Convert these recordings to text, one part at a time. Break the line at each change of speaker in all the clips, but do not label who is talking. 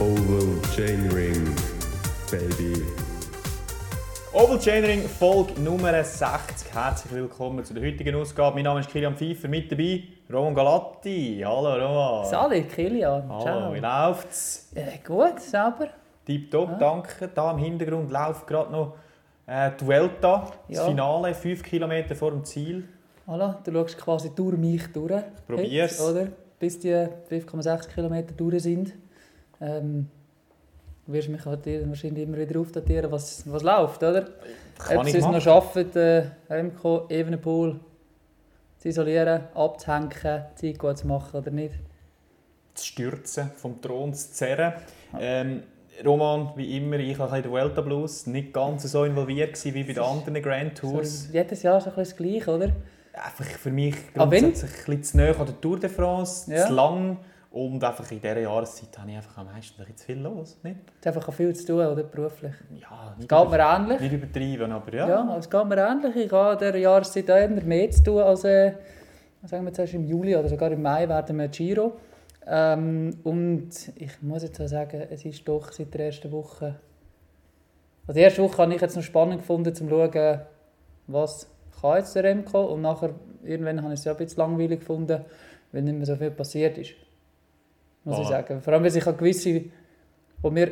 Oval Chain Ring, baby.
Oval Chainring, Folge Nummer 60. Herzlich willkommen zu der heutigen Ausgabe. Mein Name ist Kilian Pfeiffer, mit dabei Roman Galatti. Hallo Roman.
Sali, Kilian.
Hallo, wie läuft's?
Äh, gut, selber.
Tipptopp,
Ah.
danke. Da im Hintergrund läuft gerade noch äh, die Vuelta, das
Ja.
Finale, 5 Kilometer vor dem Ziel.
Voilà, du schaust quasi durch mich durch.
probier's.
Jetzt, oder? Bis die 5,6 Kilometer durch sind. Ähm, du wirst mich halt dir wahrscheinlich immer wieder aufdatieren, was, was läuft, oder?
Kann
Ob
ich
sie es
machen.
noch schaffen, äh, Remco, Evenepoel zu isolieren, abzuhängen, Zeit gut zu machen oder nicht.
zu stürzen, vom Thron zu zerren. Ähm, Roman, wie immer, ich habe ein bisschen den Vuelta Blues, nicht ganz so involviert gewesen wie bei den anderen Grand Tours.
So, jedes Jahr so ein bisschen das Gleiche, oder?
Einfach für mich
Aber Ah, wenn-
grundsätzlich ein bisschen zu nah an der Tour de France,
Ja.
zu lang und einfach in dieser Jahreszeit habe ich einfach am meisten ein bisschen zu viel los. Nicht?
Es ist einfach auch viel zu tun, oder? Beruflich.
Ja,
Es
nicht,
geht
über,
mir ähnlich.
nicht übertreiben, aber ja.
Ja, es geht mir ähnlich. Ich habe in dieser Jahreszeit auch eher mehr zu tun als, äh, sagen wir zuerst im Juli oder sogar im Mai werden wir Giro. Ähm, und ich muss jetzt auch sagen, es ist doch seit der ersten Woche... Also die erste Woche habe ich jetzt noch spannend gefunden, um zu schauen, was kann jetzt der Remco. Und nachher, irgendwann habe ich es ja ein bisschen langweilig gefunden, weil nicht mehr so viel passiert ist. Muss ich
Ah.
sagen. Vor allem, weil sich auch gewisse, die wir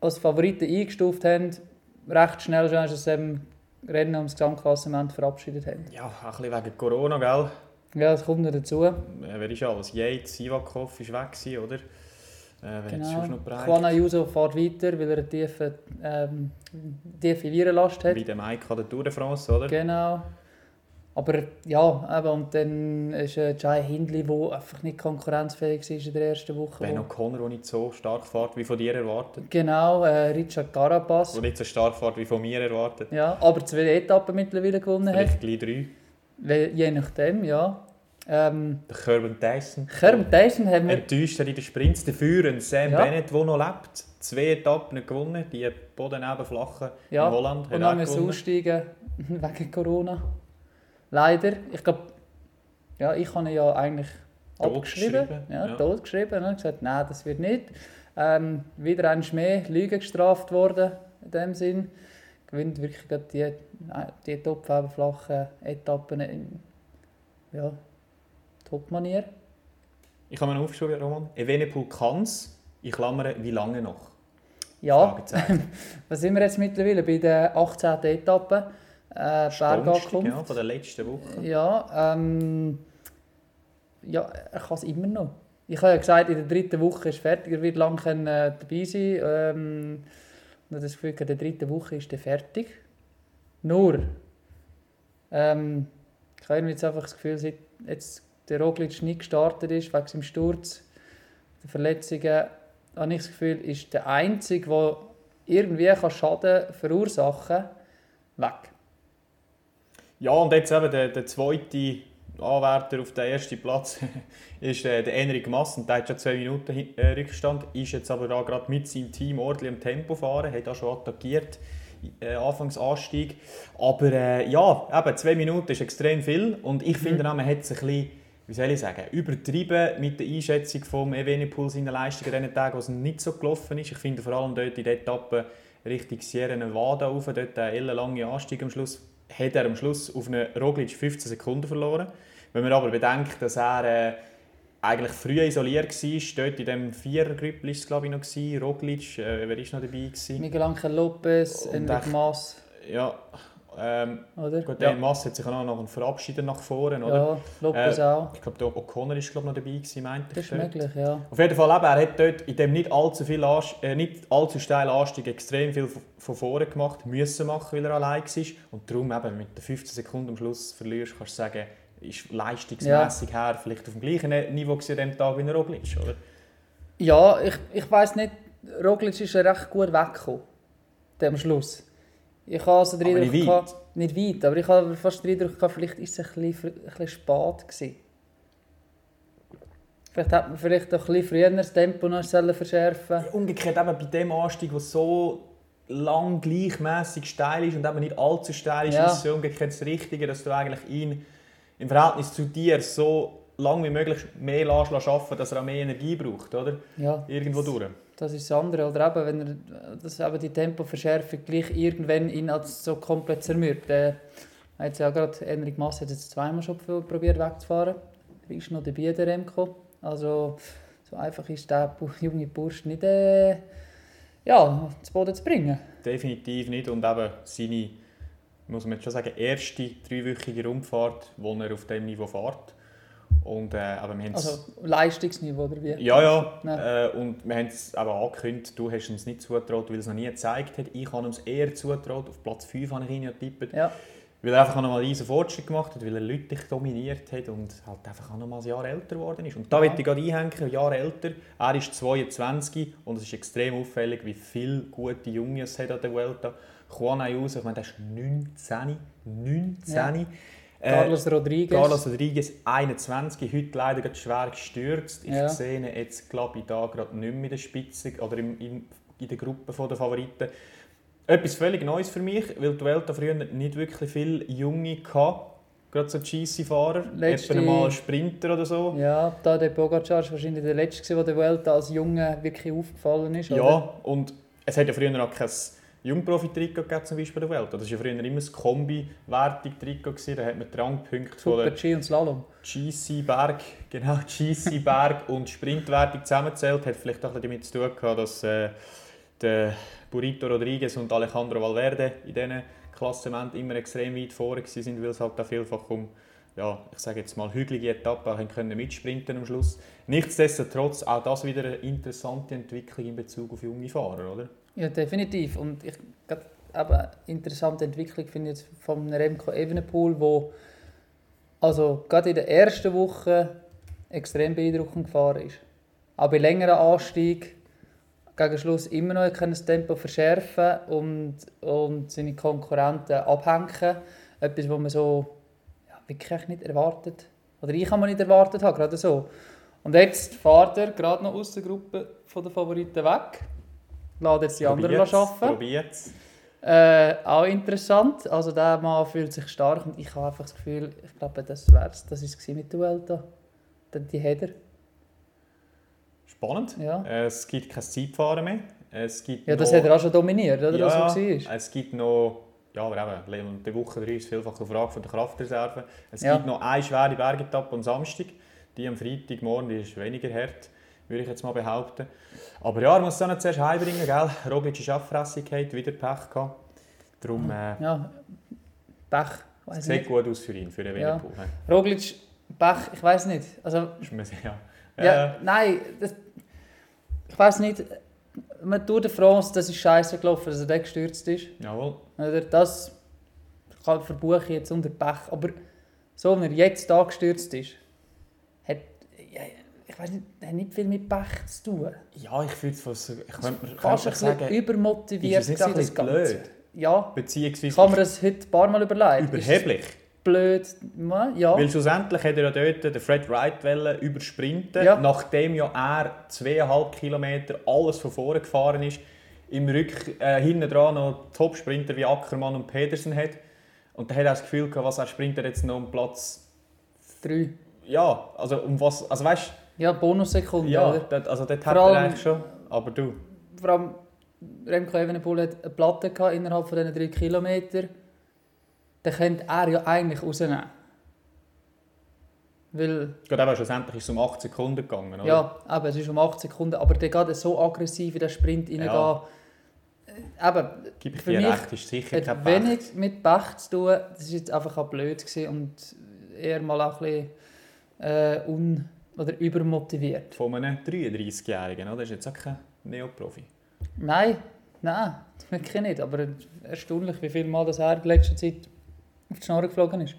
als Favoriten eingestuft haben, recht schnell schon aus dem Rennen ums Gesamtklassement verabschiedet haben.
Ja, ein bisschen wegen Corona, gell?
Ja, das kommt noch dazu.
Äh, Wer ist alles? Yates, Sivakov ist weg, gewesen, oder? Äh, wer hat sonst
Genau.
noch breit?
Juan Ayuso fährt weiter, weil er eine tiefe, ähm, tiefe Virenlast hat.
Wie der Mike an der Tour de France, oder?
Genau. Aber ja, eben, und dann ist äh, Jai Hindley, der einfach nicht konkurrenzfähig war in der ersten Woche.
Wenn
Wo,
noch Connor, der nicht so stark fährt, wie von dir erwartet.
genau, äh, Richard Carapaz.
Und nicht so stark fährt, wie von mir erwartet.
Ja, aber zwei Etappen mittlerweile gewonnen hat.
Vielleicht gleich drei.
Weil, je nachdem, ja. Ähm,
Der Kerben Tyson.
Kerm Tyson haben wir
Enttäuscht er in den Sprints dafür. Und Sam
Ja.
Bennett, der noch lebt, zwei Etappen gewonnen. Die Bodennebenflache
Ja.
in Holland
Und
er
dann müssen wir aussteigen wegen Corona. Leider. Ich glaube, ja, ich habe ihn ja eigentlich
Tot
abgeschrieben.
geschrieben,
Ja,
ja.
Tot geschrieben. Und gesagt, nein, das wird nicht. Ähm, wieder ein mehr Lüge gestraft worden in dem Sinn. Gewinnt wirklich gerade die, äh, die topfebenflachen Etappen in ja, Top-Manier.
Ich habe mir aufgeschrieben, Roman. Evenepoel kann es. Ich klammere, wie lange noch?
Ja,
Fragezeichen.
was sind wir jetzt mittlerweile? Bei der 18. Etappe. Äh,
Donnerstag,
Bergankunft.
ja, von der letzten Woche.
Ja, ähm, ja, er kann es immer noch. Ich habe ja gesagt, in der dritten Woche ist fertig, er wird lang können, äh, dabei sein. Ähm, und ich habe das Gefühl, in der dritten Woche ist er fertig. Nur, ähm, ich habe irgendwie jetzt einfach das Gefühl, seit jetzt der Roglic nicht gestartet ist, wegen seinem Sturz, der Verletzungen, habe ich das Gefühl, ist der Einzige, der irgendwie kann Schaden verursachen kann, weg.
Ja, und jetzt eben der, der zweite Anwärter auf den ersten Platz ist äh, der Enric Mass. Und der hat schon zwei Minuten hin- äh, Rückstand. Ist jetzt aber da gerade mit seinem Team ordentlich am Tempo fahren. Hat auch schon attackiert. Äh, Anfangsanstieg. Aber äh, ja, eben zwei Minuten ist extrem viel. Und ich finde, auch, man hat es ein bisschen, wie soll ich sagen, übertrieben mit der Einschätzung vom Evenepoel seiner Leistung an den Tagen, wo es nicht so gelaufen ist. Ich finde vor allem dort in der Etappe Richtung Sierra Nevada rauf, dort der ellenlange Anstieg am Schluss, hat er am Schluss auf einen Roglic 15 Sekunden verloren. Wenn man aber bedenkt, dass er äh, eigentlich früh isoliert war, dort in dem Vierergrüppel war es glaube ich noch, gewesen. Roglic, äh, wer ist noch dabei? Gewesen?
Miguel Angel Lopez,
Und
Enric
echt-
Mas.
Ja, ähm,
Oder?
Gut, der
ja.
Mass hat sich auch noch verabschiedet nach vorne, oder?
ja, Lopez
Äh,
auch.
Ich glaube, der O'Connor ist glaub, noch dabei gewesen, meinte
Das ist
ich. dort.
möglich, ja.
Auf jeden Fall, eben, er hat dort in dem nicht allzu, viel Anst äh, nicht allzu steilen Anstieg extrem viel von- von vorne gemacht, müssen machen, weil er allein war. Und darum eben mit den 15 Sekunden am Schluss verlierst, kannst du sagen, ist leistungsmässig her vielleicht auf dem gleichen Niveau gewesen an dem Tag wie er Roglic, oder?
Ja, ich, ich weiß nicht, Roglic ist ja recht gut weggekommen. Dem Schluss. Ich habe also den
Aber
Eindruck
nicht
gehabt- nicht weit, aber ich habe fast den Eindruck gehabt, vielleicht ist es ein bisschen, fr- ein bisschen spät gewesen. Vielleicht hätte man vielleicht auch ein bisschen früher das Tempo noch sollen verschärfen
Umgekehrt eben bei dem Anstieg, der so lang gleichmäßig steil ist und eben nicht allzu steil ist,
Ja.
ist es umgekehrt das Richtige, dass du eigentlich ihn im Verhältnis zu dir so lang wie möglich mehr lassen, lassen arbeiten, dass er auch mehr Energie braucht, oder?
Ja,
Irgendwo durch.
das ist das andere. Oder eben, wenn er das, eben die Tempoverschärfung gleich irgendwann ihn als so komplett zermürbt. Äh, er hat ja gerade, Enric Masse hat jetzt zweimal schon pro- probiert wegzufahren. Er ist noch dabei, der Remco. Also, so einfach ist der Bu- junge Bursch nicht äh, ja, zu Boden zu bringen.
Definitiv nicht. Und eben seine, muss man jetzt schon sagen, erste dreiwöchige Rundfahrt, wo er auf diesem Niveau fährt. Und äh, aber wir haben es-
Also, Leistungsniveau oder wie?
Ja, ja.
Nein.
Äh, und wir haben es aber angekündigt, du hast uns nicht zugetraut, weil er es noch nie gezeigt hat. Ich habe ihm es eher zugetraut. Auf Platz 5 habe ich ihn ja getippt.
Ja.
Weil er einfach auch nochmal einen riesen Fortschritt gemacht hat, weil er Leute dominiert hat und halt einfach auch nochmal ein Jahr älter geworden ist. Und da
Ja.
möchte ich gerade einhängen, ein Jahr älter. Er ist 22 und es ist extrem auffällig, wie viele gute Junge es hat an der Vuelta. Juan Ayuso, ich meine, der ist 19. 19.
Ja.
Äh,
Carlos Rodriguez.
Carlos Rodriguez, 21, heute leider gerade schwer gestürzt. Ich
Ja.
sehe ihn jetzt, glaube ich, da gerade nicht mehr in der Spitze oder im, im, in der Gruppe der Favoriten. Etwas völlig Neues für mich, weil die Welt da früher nicht wirklich viele Junge hatte. Gerade so GC-Fahrer,
Letzte-
etwa mal Sprinter oder so.
Ja, da der Pogacar ist wahrscheinlich der Letzte, gewesen, der der Welt als Junge wirklich aufgefallen ist.
Ja,
Oder?
und es hat ja früher auch kein Jungprofi-Trikot gegeben, zum Beispiel der Welt. Das war ja früher immer ein Kombi-Wertig-Trikot, gewesen. da hat man die Rangpunkte von der
Super G und Slalom.
GC Berg, genau, GC Berg und Sprintwertung zusammenzählt, hat vielleicht auch ein bisschen damit zu tun gehabt, dass äh, der Burrito Rodriguez und Alejandro Valverde in diesen Klassementen immer extrem weit vorne gewesen sind, weil es halt auch vielfach um, ja, ich sage jetzt mal, hügelige Etappen haben können mitsprinten am Schluss. Nichtsdestotrotz auch das wieder eine interessante Entwicklung in Bezug auf junge Fahrer, oder?
Ja, definitiv. Und ich grad, aber interessante Entwicklung finde ich jetzt vom Remco Evenepoel, wo also gerade in der ersten Woche extrem beeindruckend gefahren ist. Auch bei längeren Anstieg gegen Schluss immer noch können das Tempo verschärfen und, und seine Konkurrenten abhängen. Etwas, was man so ja, wirklich eigentlich nicht erwartet. Oder ich habe man nicht erwartet, habe, gerade so. Und jetzt fährt er gerade noch aus der Gruppe der Favoriten weg. Lässt jetzt die anderen
Probiert's,
arbeiten.
probiert's.
Äh, auch interessant. Also der Mann fühlt sich stark und ich habe einfach das Gefühl, ich glaube, das wär's. Das ist es mit Duelta. Dann die Header.
Spannend. Äh,
Ja.
Es gibt kein Zeitfahren mehr. Es gibt
Ja, das
noch-
hat er auch schon dominiert, oder?
Ja,
was er war.
ja. es gibt noch, ja, aber eben, in der Woche 3 ist vielfach eine Frage von der Kraftreserve. Es
Ja.
gibt noch eine schwere Bergetappe am Samstag. Die am Freitagmorgen die ist weniger hart, würde ich jetzt mal behaupten. Aber ja, er muss es auch nicht zuerst heimbringen, gell? Roglic ist Affressigkeit, wieder Pech gehabt. Darum äh,
Ja, Pech. Weiss
sieht
nicht.
gut aus für ihn, für den
Ja.
Wenepool. Ja.
Roglic, Pech, ich weiß nicht. Also,
Ist mir sehr-
ja,
ja. Äh,
nein, das, ich weiß nicht. Mit Tour de France, das ist scheiße gelaufen, dass er da gestürzt ist.
jawohl.
Oder das kann- verbuche ich jetzt unter Pech. Aber so, wenn er jetzt da gestürzt ist, hat, ja, ich weiß nicht, hat nicht viel mit Pech zu tun.
Ja, ich fühle es fast... Ich könnte mir
Kannst
könnte
du ein
sagen,
bisschen
ist
übermotiviert
es nicht auch ein
gewesen,
bisschen blöd?
Ja, ich
Beziehungsweise
habe mir das heute ein paar Mal überlegt. Ist es
überheblich.
blöd? Ma- Ja,
Weil schlussendlich hat er ja dort den Fred Wright wollen übersprinten,
Ja.
nachdem ja er zweieinhalb Kilometer alles von vorne gefahren ist, im Rück äh, hinten dran noch Top-Sprinter wie Ackermann und Pedersen hat. Und da hat er auch das Gefühl gehabt, was er sprintet jetzt noch um Platz.
drei.
Ja, also um was. Also weißt
Ja, Bonussekunde,
ja,
oder?
dort, also dort
Vor
hat er
allem-
eigentlich schon. Aber du,
Vor allem, Remco Evenepoel hat eine Platte gehabt, innerhalb von diesen drei Kilometern. Dann könnte er ja eigentlich rausnehmen. Weil...
gerade eben schlussendlich ist es um 8 Sekunden gegangen, oder?
Ja, eben, es ist um 8 Sekunden, aber der geht so aggressiv in den Sprint rein.
Ja.
Eben,
Gib ich
für
dir
mich
recht, ist sicher kein
hat
Pech.
wenig mit Pech zu tun. Das war jetzt einfach auch blöd gewesen und eher mal auch ein bisschen äh, un- oder übermotiviert.
Von einem 33-Jährigen, oder? Das ist jetzt auch kein Neoprofi.
Nein, nein, das wirklich nicht. Aber erstaunlich, wie viel Mal das er in letzter Zeit auf die Schnorre geflogen ist.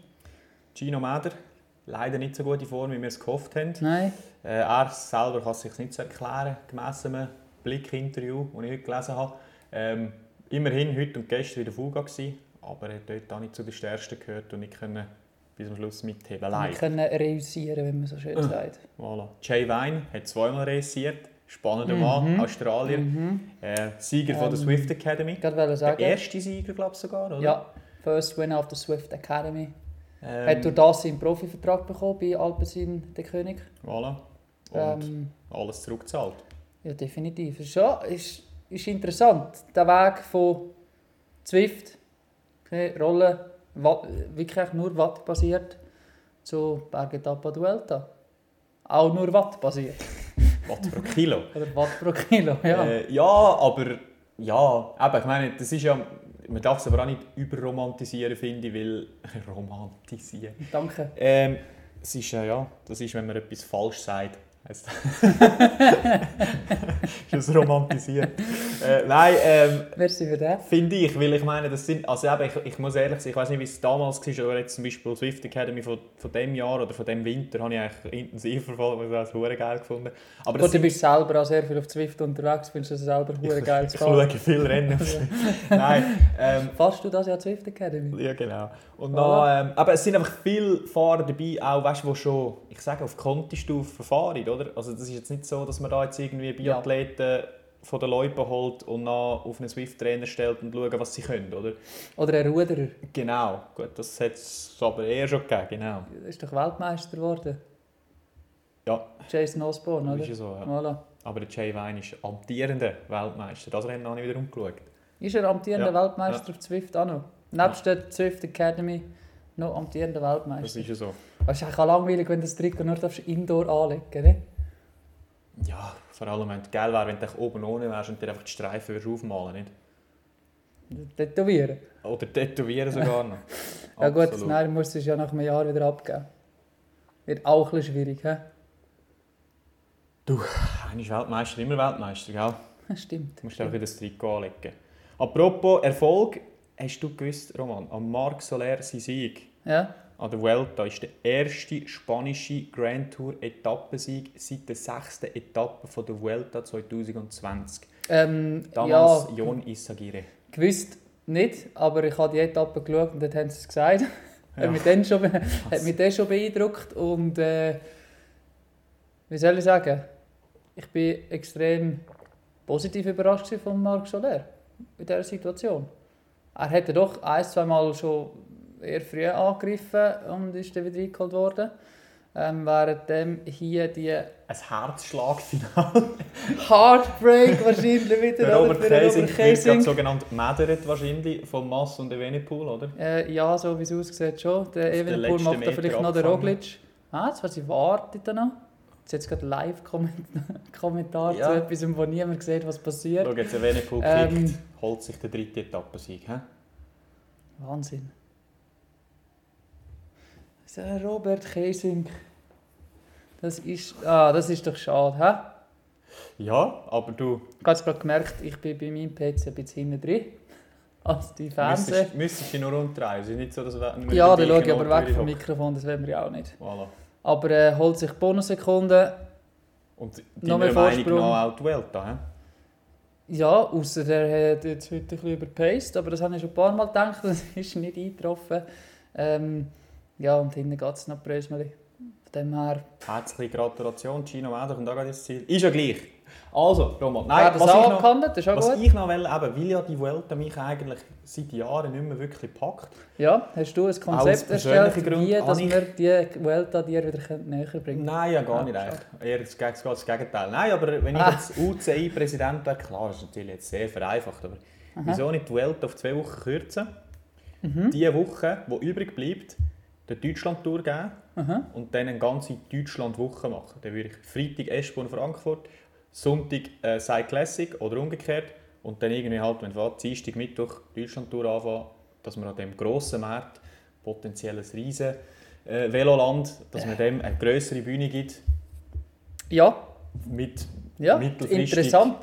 Gino Mäder, leider nicht so gut in Form, wie wir es gehofft haben.
Nein,
Äh, er selber kann es sich nicht so erklären, gemäss einem Blickinterview, das ich heute gelesen habe. Ähm, immerhin heute und gestern wieder Fuga gewesen, aber er hat dort auch nicht zu den Stärksten gehört und nicht können bis zum Schluss mitheben.
wir
Leider.
können reüssieren, wie man so
Äh.
schön sagt.
Voilà. Jay Vine hat zweimal reüssiert. Spannender Mann, Australier. Äh, Sieger von der
Mhm. Ähm,
Swift Academy.
Ich Mhm. wollte gerade
Der
sagen,
erste Sieger, glaube ich sogar, oder?
ja, First Winner of the Swift Academy.
Ähm,
Hat durch das seinen Profivertrag bekommen bei Alpensin, der König.
Voilà. Und
Ähm,
alles zurückgezahlt.
ja, definitiv. Ist, ja, ist, ist interessant. Der Weg von Zwift, okay, Rollen, Wa- wirklich nur Watt basiert, zu Bergetapa Duelta. Auch nur Watt basiert.
Was pro Kilo?
Oder Watt pro Kilo, ja.
Äh, ja, aber ja, eben, ich meine, das ist ja, man darf es aber auch nicht überromantisieren, finde ich, weil romantisieren.
Danke.
Ähm, es ist ja, ja, das ist, wenn man etwas falsch sagt. heisst- ist das romantisiert? äh, nein, ähm,
Merci für den.
Finde ich, weil ich meine, das sind, also eben, ich, ich muss ehrlich sein, ich weiß nicht, wie es damals war, aber jetzt zum Beispiel Swift Academy von, von dem Jahr oder von dem Winter habe ich eigentlich intensiv verfolgt, weil ich das hure geil gefunden. Aber das
Oder du
sind,
bist selber auch sehr viel auf Zwift unterwegs, findest du das selber hure geil
ich
zu
schaue
fahren.
viel Rennen. Nein, ähm,
Fasst du das ja Zwift Academy?
ja genau. Und
Voilà.
dann, ähm, aber es sind einfach viele Fahrer dabei, auch weißt, die schon, ich sage, auf Kontistufe fahren, oder? Also das ist jetzt nicht so, dass man da jetzt irgendwie
Ja.
Biathleten von den Leuten holt und dann auf einen Swift-Trainer stellt und schaut, was sie können, oder?
Oder ein Ruderer?
Genau, gut, das hat es aber eher schon gegeben, genau.
Er Ist doch Weltmeister geworden.
Ja,
Jason Osborne, oder?
ist ja so. Ja.
Voilà.
Aber der Jay Wein ist amtierender Weltmeister. Das haben wir noch nicht wieder umgeschaut.
Ist er amtierender
Ja,
Weltmeister auf Zwift auch noch? Nebst der Zwift Academy noch amtierender
Das
Weltmeister.
ist ja so.
Das ist eigentlich auch langweilig, wenn du das Trikot nur darfst indoor anlegen ne?
Ja, vor allem, wenn es geil wäre, wenn du dich oben ohne wärst und dir einfach die Streifen würdest aufmalen nicht?
ne? Tätowieren.
Oder tätowieren sogar noch.
Ja gut, das
Absolut.
Nein musst du es ja nach einem Jahr wieder abgeben. Wird auch ein bisschen schwierig, hä?
Einer ist Weltmeister, immer Weltmeister, gell?
Stimmt.
Du musst einfach wieder das Trikot anlegen. Apropos Erfolg, hast du gewusst, Roman, am Marc Soler sein Sieg
Ja?
An der Vuelta ist der erste spanische Grand Tour Etappensieg seit der sechsten Etappe von der Vuelta 2020.
Ähm,
Damals
ja,
Jon Isagire.
gewusst nicht, aber ich habe die Etappe geschaut und dort haben sie es gesagt.
Ja.
hat, mich dann schon, be- hat mich dann schon beeindruckt und äh, wie soll ich sagen, ich bin extrem positiv überrascht gewesen von Marc Soler in dieser Situation. Er hätte doch ein, zwei Mal schon eher früh angegriffen und ist dann wieder eingeholt worden. Ähm, währenddem hier die
Ein Herzschlagfinale.
Heartbreak wahrscheinlich wieder.
Der Robert
oder? Für
Kaising
den
wird
Robert Kaising.
gerade sogenannt Mederet wahrscheinlich von Mass und Evenepoel, oder?
Äh, ja, so wie es aussieht schon. Der
den
Evenepoel
letzten
macht da
Meter
vielleicht noch den
abgefangen.
Roglic. Ah, jetzt was ich wartet da noch. Jetzt hat es gerade Live-Kommentar
Ja.
zu etwas, wo niemand sieht, was passiert.
Schau jetzt, Evenepoel
Ähm.
kickt, holt sich den dritten Etappensieg. hä?
Wahnsinn. So, Robert Kesing. Das ist, ah, das ist doch schade, hä?
Ja, aber du
Ich habe gerade gemerkt, ich bin bei meinem PC ein bisschen hinten drin. Als die Fernseh.
müsstest, müsstest dich nur umtreiben. Es ist nicht so, dass wir nur
Ja,
den
dann schaue ich
gleichen
aber
Ort
weg vom
würden
Mikrofon, das wollen wir ja auch nicht.
hocken. Voilà.
Aber äh, holt sich Bonussekunden.
Und
Noch
deiner
mehr
Meinung
Vorsprung.
nach auch die Vuelta, hä?
Ja, außer der hat jetzt heute ein bisschen überpaced, aber das habe ich schon ein paar Mal gedacht, das ist nicht eingetroffen. Ähm, ja, und hinten geht es noch Brösmeli. Von dem her,
Herzliche Gratulation, Gino Mäder und auch gerade ins Ziel. Ist ja gleich. Also, Roman,
Nein,
nein,
das
was ich,
auch
noch,
abgehandelt, das ist auch
was
gut.
ich noch will, eben, weil ja die Vuelta mich eigentlich seit Jahren nicht mehr wirklich packt.
Ja, hast du ein
Aus
Konzept
persönlichen
erstellt,
Gründen
wie dass
habe ich-
wir die Vuelta dir wieder können näher bringen
Nein, ja gar
Ja,
nicht eigentlich. Eher das, Geg- das, Gegenteil. Nein, aber wenn ich
Ah.
jetzt UCI-Präsident wäre, klar, ist natürlich jetzt sehr vereinfacht, aber wieso nicht die Vuelta auf zwei Wochen kürzen? Die Woche, die übrig bleibt, der Deutschland-Tour geben
können?
und dann eine ganze Deutschland-Woche machen. Dann würde ich Freitag Eschborn Frankfurt, Sonntag äh, Sei Classic oder umgekehrt und dann irgendwie halt, wenn es Dienstag, Mittwoch Deutschland-Tour anfangen, dass wir an dem grossen Markt, potenzielles riesen äh, Veloland, dass man dem eine größere Bühne gibt
Ja,
mit
ja,
Mittelfristig.
interessant.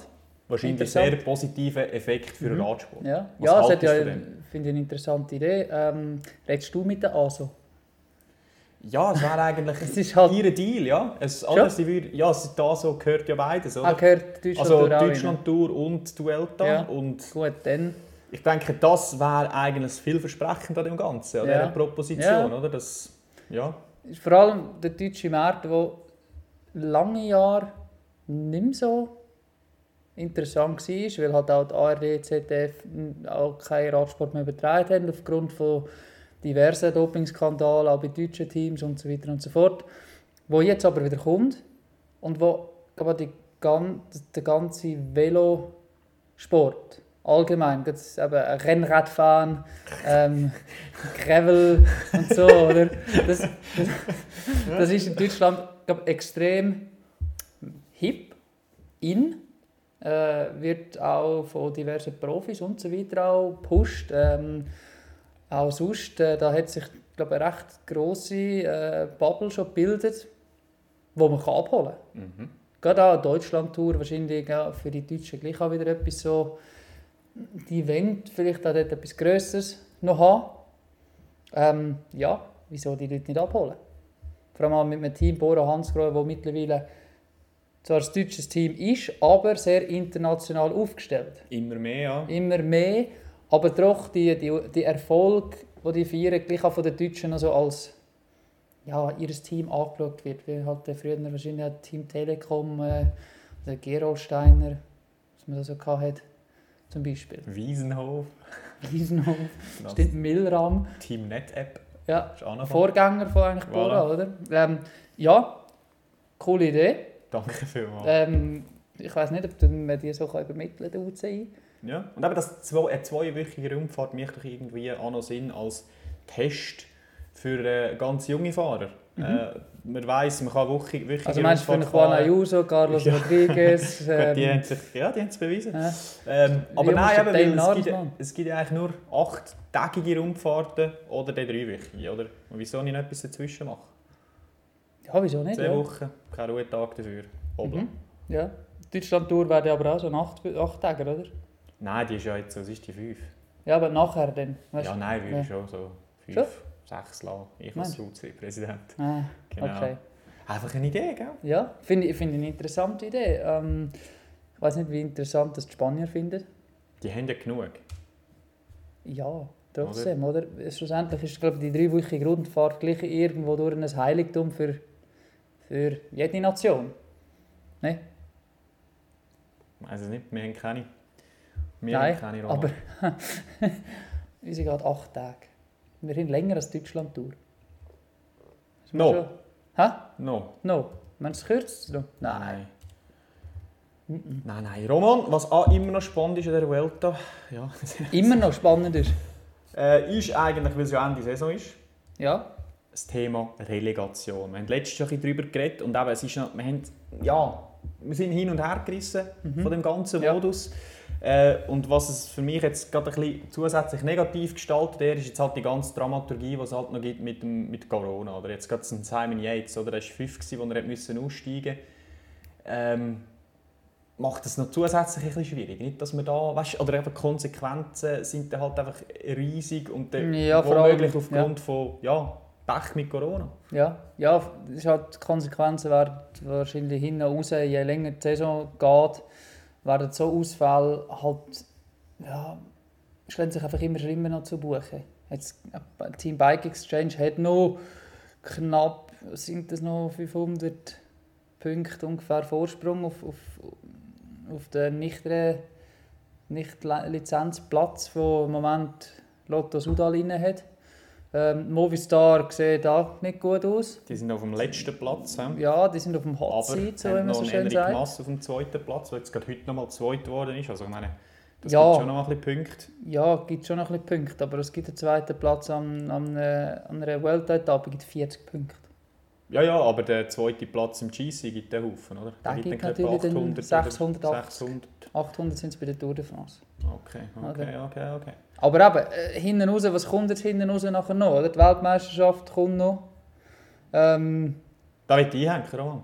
wahrscheinlich
Interessant. Mhm.
sehr positiven Effekt für den Radsport.
Ja,
Was
ja das hat
haltest
ja,
du von
finde ich, eine interessante Idee. Ähm, redest du mit der ASO?
Ja, es wäre eigentlich
Es ist halt-
ihr Deal, ja. Es,
Schon?
anders, würde, ja, es da so gehört ja beides, oder?
Ah, gehört Deutschland
Also
durch auch rein.
Deutschland-Tour und Duelta.
Ja.
Und
Gut, dann.
ich denke, das wäre eigentlich vielversprechend an dem Ganzen, an
Ja.
dieser Proposition,
Ja.
oder? Das, ja.
ist vor allem der deutsche Markt, der lange Jahre nicht mehr so interessant war, weil halt auch die ARD, ZDF auch keinen Radsport mehr übertragen haben, aufgrund von diversen Dopingskandalen, auch bei deutschen Teams und so weiter und so fort. Wo jetzt aber wieder kommt und wo aber die, gan- der ganze Velosport allgemein, gibt's eben Rennradfahren, ähm, Gravel und so, oder? Das, das, das ist in Deutschland glaub, extrem hip, in, äh, wird auch von diversen Profis und so weiter auch gepusht. Ähm, auch sonst, äh, da hat sich glaub, eine recht grosse äh, Bubble schon gebildet, wo man kann abholen kann. Gerade auch eine Deutschland-Tour, wahrscheinlich ja, für die Deutschen gleich auch wieder etwas so, die wollen vielleicht auch dort etwas Grösseres noch haben. Ähm, ja, wieso die Leute nicht abholen? Vor allem auch mit einem Team, Bora Hansgrohe, wo mittlerweile zwar ein deutsches Team ist, aber sehr international aufgestellt.
Immer mehr, ja.
Immer mehr, aber doch die, die, die Erfolg, die die feiern, gleich auch von den Deutschen noch so als ja, ihr Team angeschaut wird, wie halt der früher wahrscheinlich auch Team Telekom, äh, der Gerolsteiner, was man da so hatte, zum Beispiel.
Wiesenhof,
Wiesenhof,
das
stimmt, Milram,
Team Net App.
ja,
Ist auch noch
Vorgänger von eigentlich Bora,
Voilà.
oder? Ähm, ja, coole Idee.
Danke vielmals.
Ähm, ich weiß nicht, ob man die so kann übermitteln kann, UCI.
Ja. Und eben das zwei, eine zweiwöchige Rundfahrt macht doch irgendwie auch noch Sinn als Test für äh, ganz junge Fahrer. Äh, man weiss, man kann wöchige wöchige
Mhm. Also meinst du für
Rundfahrt
Juan
fahren.
Ayuso, Carlos
Ja.
Rodriguez?
Gut, die haben
Ähm,
sich, ja, die haben es bewiesen.
äh,
Ähm, aber
Wie musst du
nein,
dem
eben, weil es, gibt,
nachmachen?
es gibt ja eigentlich nur achttägige Rundfahrten oder dann dreiwöchige, oder? Und wieso nicht etwas dazwischen machen?
ja, wieso nicht?
Zwei
Ja.
Wochen, kein Ruhetag dafür. Obla.
Mhm. ja. Deutschland-Tour wäre aber auch so ein acht, acht Tage, oder?
Nein, die ist ja jetzt, was ist die fünf?
Ja, aber nachher dann. Weißt
ja,
du?
nein, würde
ja.
ich schon so fünf,
Schon?
sechs lassen. Ich als UC-Präsident.
Ah,
Genau.
okay.
Einfach eine Idee, gell?
Ja, finde ich finde ich eine interessante Idee. Ähm, ich weiß nicht, wie interessant das die Spanier finden.
Die haben ja genug.
Ja, Eh, trotzdem, oder? Schlussendlich ist, glaube ich, die dreiwöchige Rundfahrt gleich irgendwo durch ein Heiligtum für, für jede Nation. Ne?
Also nicht, wir haben keine. Wir
Nein,
haben keine Rolle.
Aber unsere geht acht Tage. Wir haben länger als Deutschland-Tour. Das muss
No.
schon- Hä?
No.
No. Meinst du es kürzt? No. Nein.
Nein. Nein, nein. Roman, was auch immer noch spannend ist in der Vuelta, ja,
Immer dus. noch spannend ist.
äh, ist eigentlich, weil es ja Ende Saison ist,
Ja.
das Thema Relegation. Wir haben letztes Jahr ein bisschen darüber geredet und eben, es ist noch, wir, haben, ja, wir sind hin und her gerissen von dem ganzen
Mhm. Ja.
Modus. Äh, und was es für mich jetzt gerade ein bisschen zusätzlich negativ gestaltet hat, ist jetzt halt die ganze Dramaturgie, die es halt noch gibt mit, dem, mit Corona. Oder jetzt gerade ein Simon Yates, oder? Er war fünf, gewesen, wo er hat müssen aussteigen musste. Ähm, macht es noch zusätzlich ein bisschen schwierig. Nicht, dass man da, weißt, oder einfach die Konsequenzen sind dann halt einfach riesig und dann
Ja, vor allem,
womöglich
ja.
aufgrund von ja, Pech mit Corona.
Ja. Ja, es ist halt, die Konsequenzen werden wahrscheinlich hin und raus, je länger die Saison geht, werden so Ausfälle halt, ja, stellen sich einfach immer schlimmer noch zu buchen. Jetzt, äh, Team Bike Exchange hat noch knapp, sind das noch 500 Punkte ungefähr Vorsprung auf, auf, auf den nicht, re- nicht li- Lizenzplatz, wo im Moment Lotto Sudal inne hat. Ähm, Movistar sieht auch nicht gut aus.
Die sind auf dem letzten Platz. Ja.
Ja, die sind auf dem Hot
Aber
Seat, so
haben
wie man
noch
so
einen
schön
Enric
sagt.
Mass auf dem zweiten Platz, der jetzt gerade heute nochmal zweit geworden ist. Also ich meine, das
Ja.
gibt schon noch ein bisschen Punkte.
Ja, gibt schon noch ein bisschen Punkte, aber es gibt einen zweiten Platz an, an, äh, an einer Weltetappe, gibt 40 Punkte.
Ja, ja, aber der zweite Platz im GC gibt den Haufen, oder?
Der gibt natürlich den 680.
600.
800 sind es bei der Tour de France.
Okay, okay,
Oder?
okay, okay.
Aber eben, äh, hinten raus, was kommt jetzt hinten raus nachher noch? Oder? Die Weltmeisterschaft kommt noch. Ähm,
Da wird ich einhängen, Roman.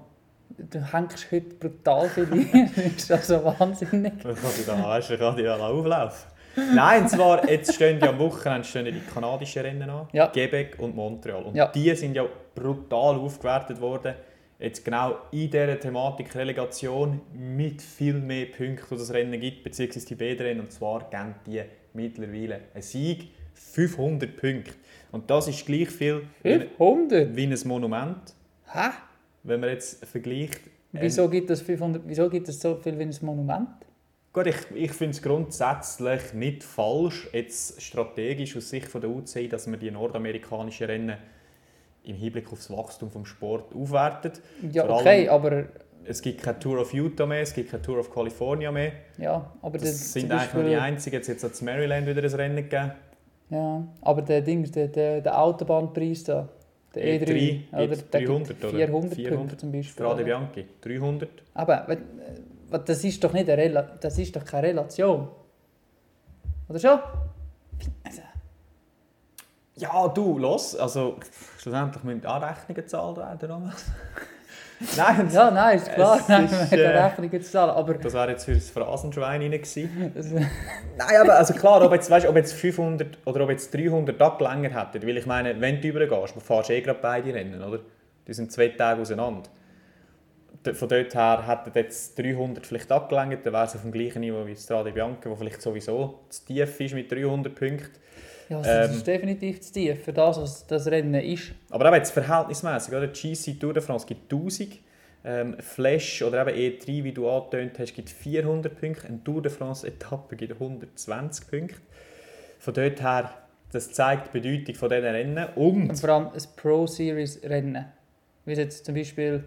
du hängst heute brutal viel ein. das ist also wahnsinnig.
Ich kann dich da, weißt du, ich kann dich da noch auflaufen. Nein, und zwar, jetzt stehen ja am Wochenende stehen ja die kanadischen Rennen an,
Ja.
Quebec und Montreal. Und
Ja.
die sind ja brutal aufgewertet worden. Jetzt genau in dieser Thematik Relegation mit viel mehr Punkten, die das Rennen gibt, beziehungsweise die beiden Rennen. Und zwar geben die mittlerweile einen Sieg, 500 Punkte. Und das ist gleich viel wie,
500?
wie ein Monument,
Hä?
wenn man jetzt vergleicht. ähm,
Wieso gibt es 500? Wieso gibt es so viel wie ein Monument?
Gut, ich, ich finde es grundsätzlich nicht falsch, jetzt strategisch aus Sicht von der UCI, dass man die nordamerikanischen Rennen im Hinblick auf das Wachstum des Sports aufwertet.
Ja,
Vor
okay,
allem-
aber,
Es gibt keine Tour of Utah mehr, es gibt keine Tour of California mehr.
ja, aber
Das sind eigentlich nur die einzigen. Jetzt hat es in Maryland wieder ein Rennen gegeben.
Ja, aber der Ding, der, der, der Autobahnpreis da, der
E3,
E3, oder,
jetzt
der gibt
300, oder?
400,
400
Punkte zum Beispiel.
Strade
oder?
Bianchi, 300.
Aber wenn- äh, das ist doch nicht eine Rela das ist doch keine Relation. Oder schon? Also,
Ja, du, los. Also, schlussendlich müssen auch Rechnungen gezahlt werden. Thomas. Nein,
Ja, nein, ist klar,
Es
nein,
ist,
wir haben
äh,
eine Rechnung zu zahlen, aber
das wäre jetzt für das Phrasenschwein rein gewesen.
das,
Nein, aber also klar, ob jetzt, weißt, ob jetzt 500 oder ob jetzt 300 Tage länger hätten. Weil ich meine, wenn du übergehst, du fährst eh gerade beide Rennen, oder? Die sind zwei Tage auseinander. D- Von dort her hätten jetzt 300 vielleicht abgelenkt, dann wäre es auf dem gleichen Niveau wie Strade Bianca, wo vielleicht sowieso zu tief ist mit 300 Punkten.
ja, das
Ähm.
ist definitiv zu tief für das, was das Rennen ist.
Aber eben jetzt verhältnismäßig, oder? Die GC Tour de France gibt 1000, ähm, Flash oder eben E3, wie du angetönt hast, gibt 400 Punkte, eine Tour de France Etappe gibt 120 Punkte. Von dort her, das zeigt die Bedeutung von diesen Rennen
Und
und
vor allem ein Pro-Series-Rennen. Wie es jetzt zum Beispiel,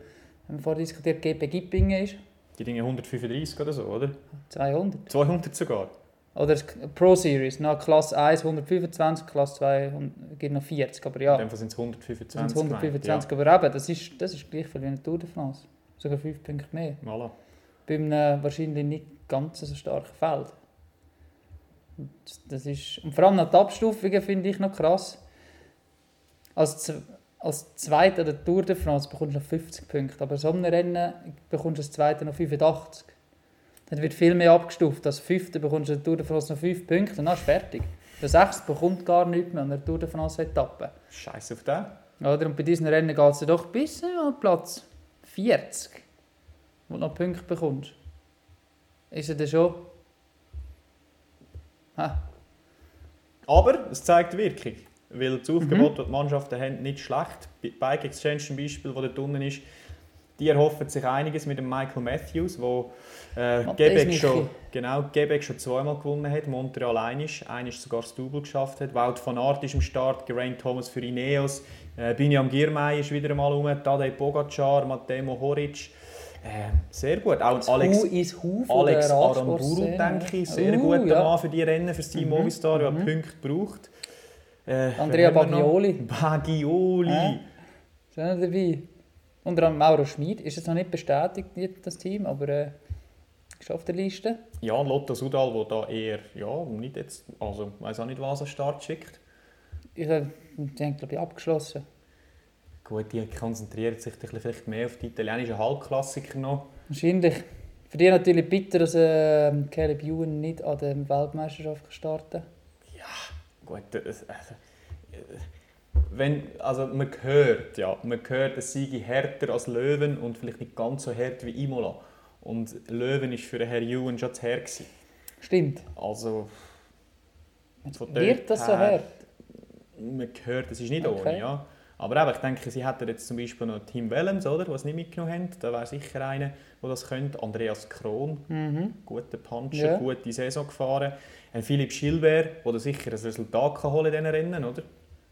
haben wir vorher diskutiert, GP Gippingen ist,
die Dinge 135 oder so, oder?
200.
200 sogar.
Oder es- Pro-Series, nach Klasse 1 125, Klasse 2 hund- gibt noch 40, aber ja.
In dem Fall sind es 125.
Das sind
gemeint,
125, aber eben, das ist, das ist gleich viel wie eine Tour de France. Sogar 5 Punkte mehr.
Ja. Voilà.
Bei einem äh, wahrscheinlich nicht ganz so starken Feld. Und Das ist, und vor allem noch die Abstufungen finde ich noch krass. Als, Z- als Zweiter der Tour de France bekommst du noch 50 Punkte, aber in so einem Rennen bekommst du als Zweiter noch 85. Dann wird viel mehr abgestuft. Als Fünfter bekommst du in der Tour de France noch 5 Punkte und dann ist fertig. Der Sechste bekommt gar nichts mehr an der Tour de France Etappe.
Scheiß auf den.
Oder? Und bei diesen Rennen geht es ja doch bis äh, an Platz 40, wo du noch Punkte bekommst. Ist er denn schon? Ha,
Aber es zeigt Wirkung. Weil das Aufgebot, das die Mannschaften haben, nicht schlecht. Bei Bike Exchange zum Beispiel, wo dort unten ist, die erhoffen sich einiges mit dem Michael Matthews, wo äh,
Matthias
Gebek
Michi.
schon, genau, Gebek schon zweimal gewonnen hat, Montreal einisch, einisch sogar das Double geschafft hat. Wout van Aert ist am Start, Geraint Thomas für Ineos, äh, Binyam Girmay ist wieder einmal rum, Tadej Pogacar, Matemo Horic. Äh, sehr gut. Auch Alex
Hu ist Hu von
Alex
der
Aramburu,
Radsportszene.
denke ich. Sehr
Uh,
guter
ja. Mhm.
Mann für die Rennen, für das Team Movistar, der Punkte braucht. Äh,
Andrea
wen haben wir noch?
Bagnoli.
Bagioli.
Hä? Ist auch noch dabei. Unter anderem Mauro Schmid. Ist jetzt noch nicht bestätigt, nicht das Team, aber äh, ist auf der Liste.
Ja, Lotto Sudal, der da eher, ja, nicht jetzt, also weiß auch nicht, was er Start schickt.
Ich äh, die haben, glaube ich, abgeschlossen.
Gut, die konzentrieren sich ein bisschen vielleicht mehr auf die italienischen Halbklassiker noch.
Wahrscheinlich. Für die natürlich bitter, dass äh, Caleb Ewan nicht an der Weltmeisterschaft gestartet
Gut, äh, äh, äh, wenn, also man hört, ja, man hört, es sei härter als Löwen und vielleicht nicht ganz so hart wie Imola. Und Löwen ist für den Herr Ewan schon zu hart gewesen.
Stimmt.
Also, Von
Wird
dort
das so
her-
hart?
man hört, es ist nicht
Okay.
ohne, ja. Aber eben, ich denke, sie hätten jetzt zum Beispiel noch Team Wellens, oder, was nicht mitgenommen haben. Da wäre sicher einer, der das könnte. Andreas Kron,
Mhm.
guter Puncher,
Ja.
gute Saison gefahren. Ein Philipp Schilbert, der da sicher ein Resultat kann holen kann in diesen Rennen, oder?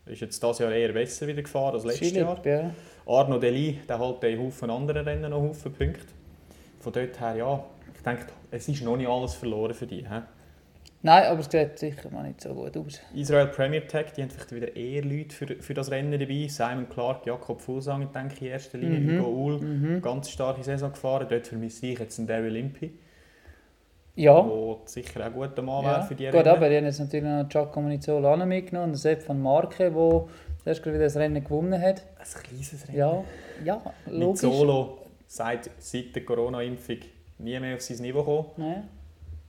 Ist jetzt dieses Jahr eher besser wieder gefahren als letztes Jahr.
Philipp, Ja.
Arno Deli, der holt einen Haufen anderen Rennen noch Haufen Punkte. Von dort her, ja, ich denke, es ist noch nicht alles verloren für die. He?
Nein, aber es sieht sicher mal nicht so gut aus.
Israel Premier Tech, die haben vielleicht wieder eher Leute für, für das Rennen dabei. Simon Clark, Jakob Fulsang, denke ich, in erster Linie.
Mhm.
Hugo Uhl, ganz starke Saison gefahren. Dort vermisse ich jetzt einen Daryl Limpi,
Ja,
der sicher auch ein guter Mann
ja.
wäre für die
gut,
Rennen.
aber die haben jetzt natürlich noch Giacomo Nizzolo auch noch mitgenommen und Sepp von Marke, der zuerst gerade wieder das Rennen gewonnen hat.
Ein kleines Rennen.
Ja, ja
Mit
logisch.
Solo seit, seit der Corona-Impfung nie mehr auf sein Niveau gekommen.
Nein.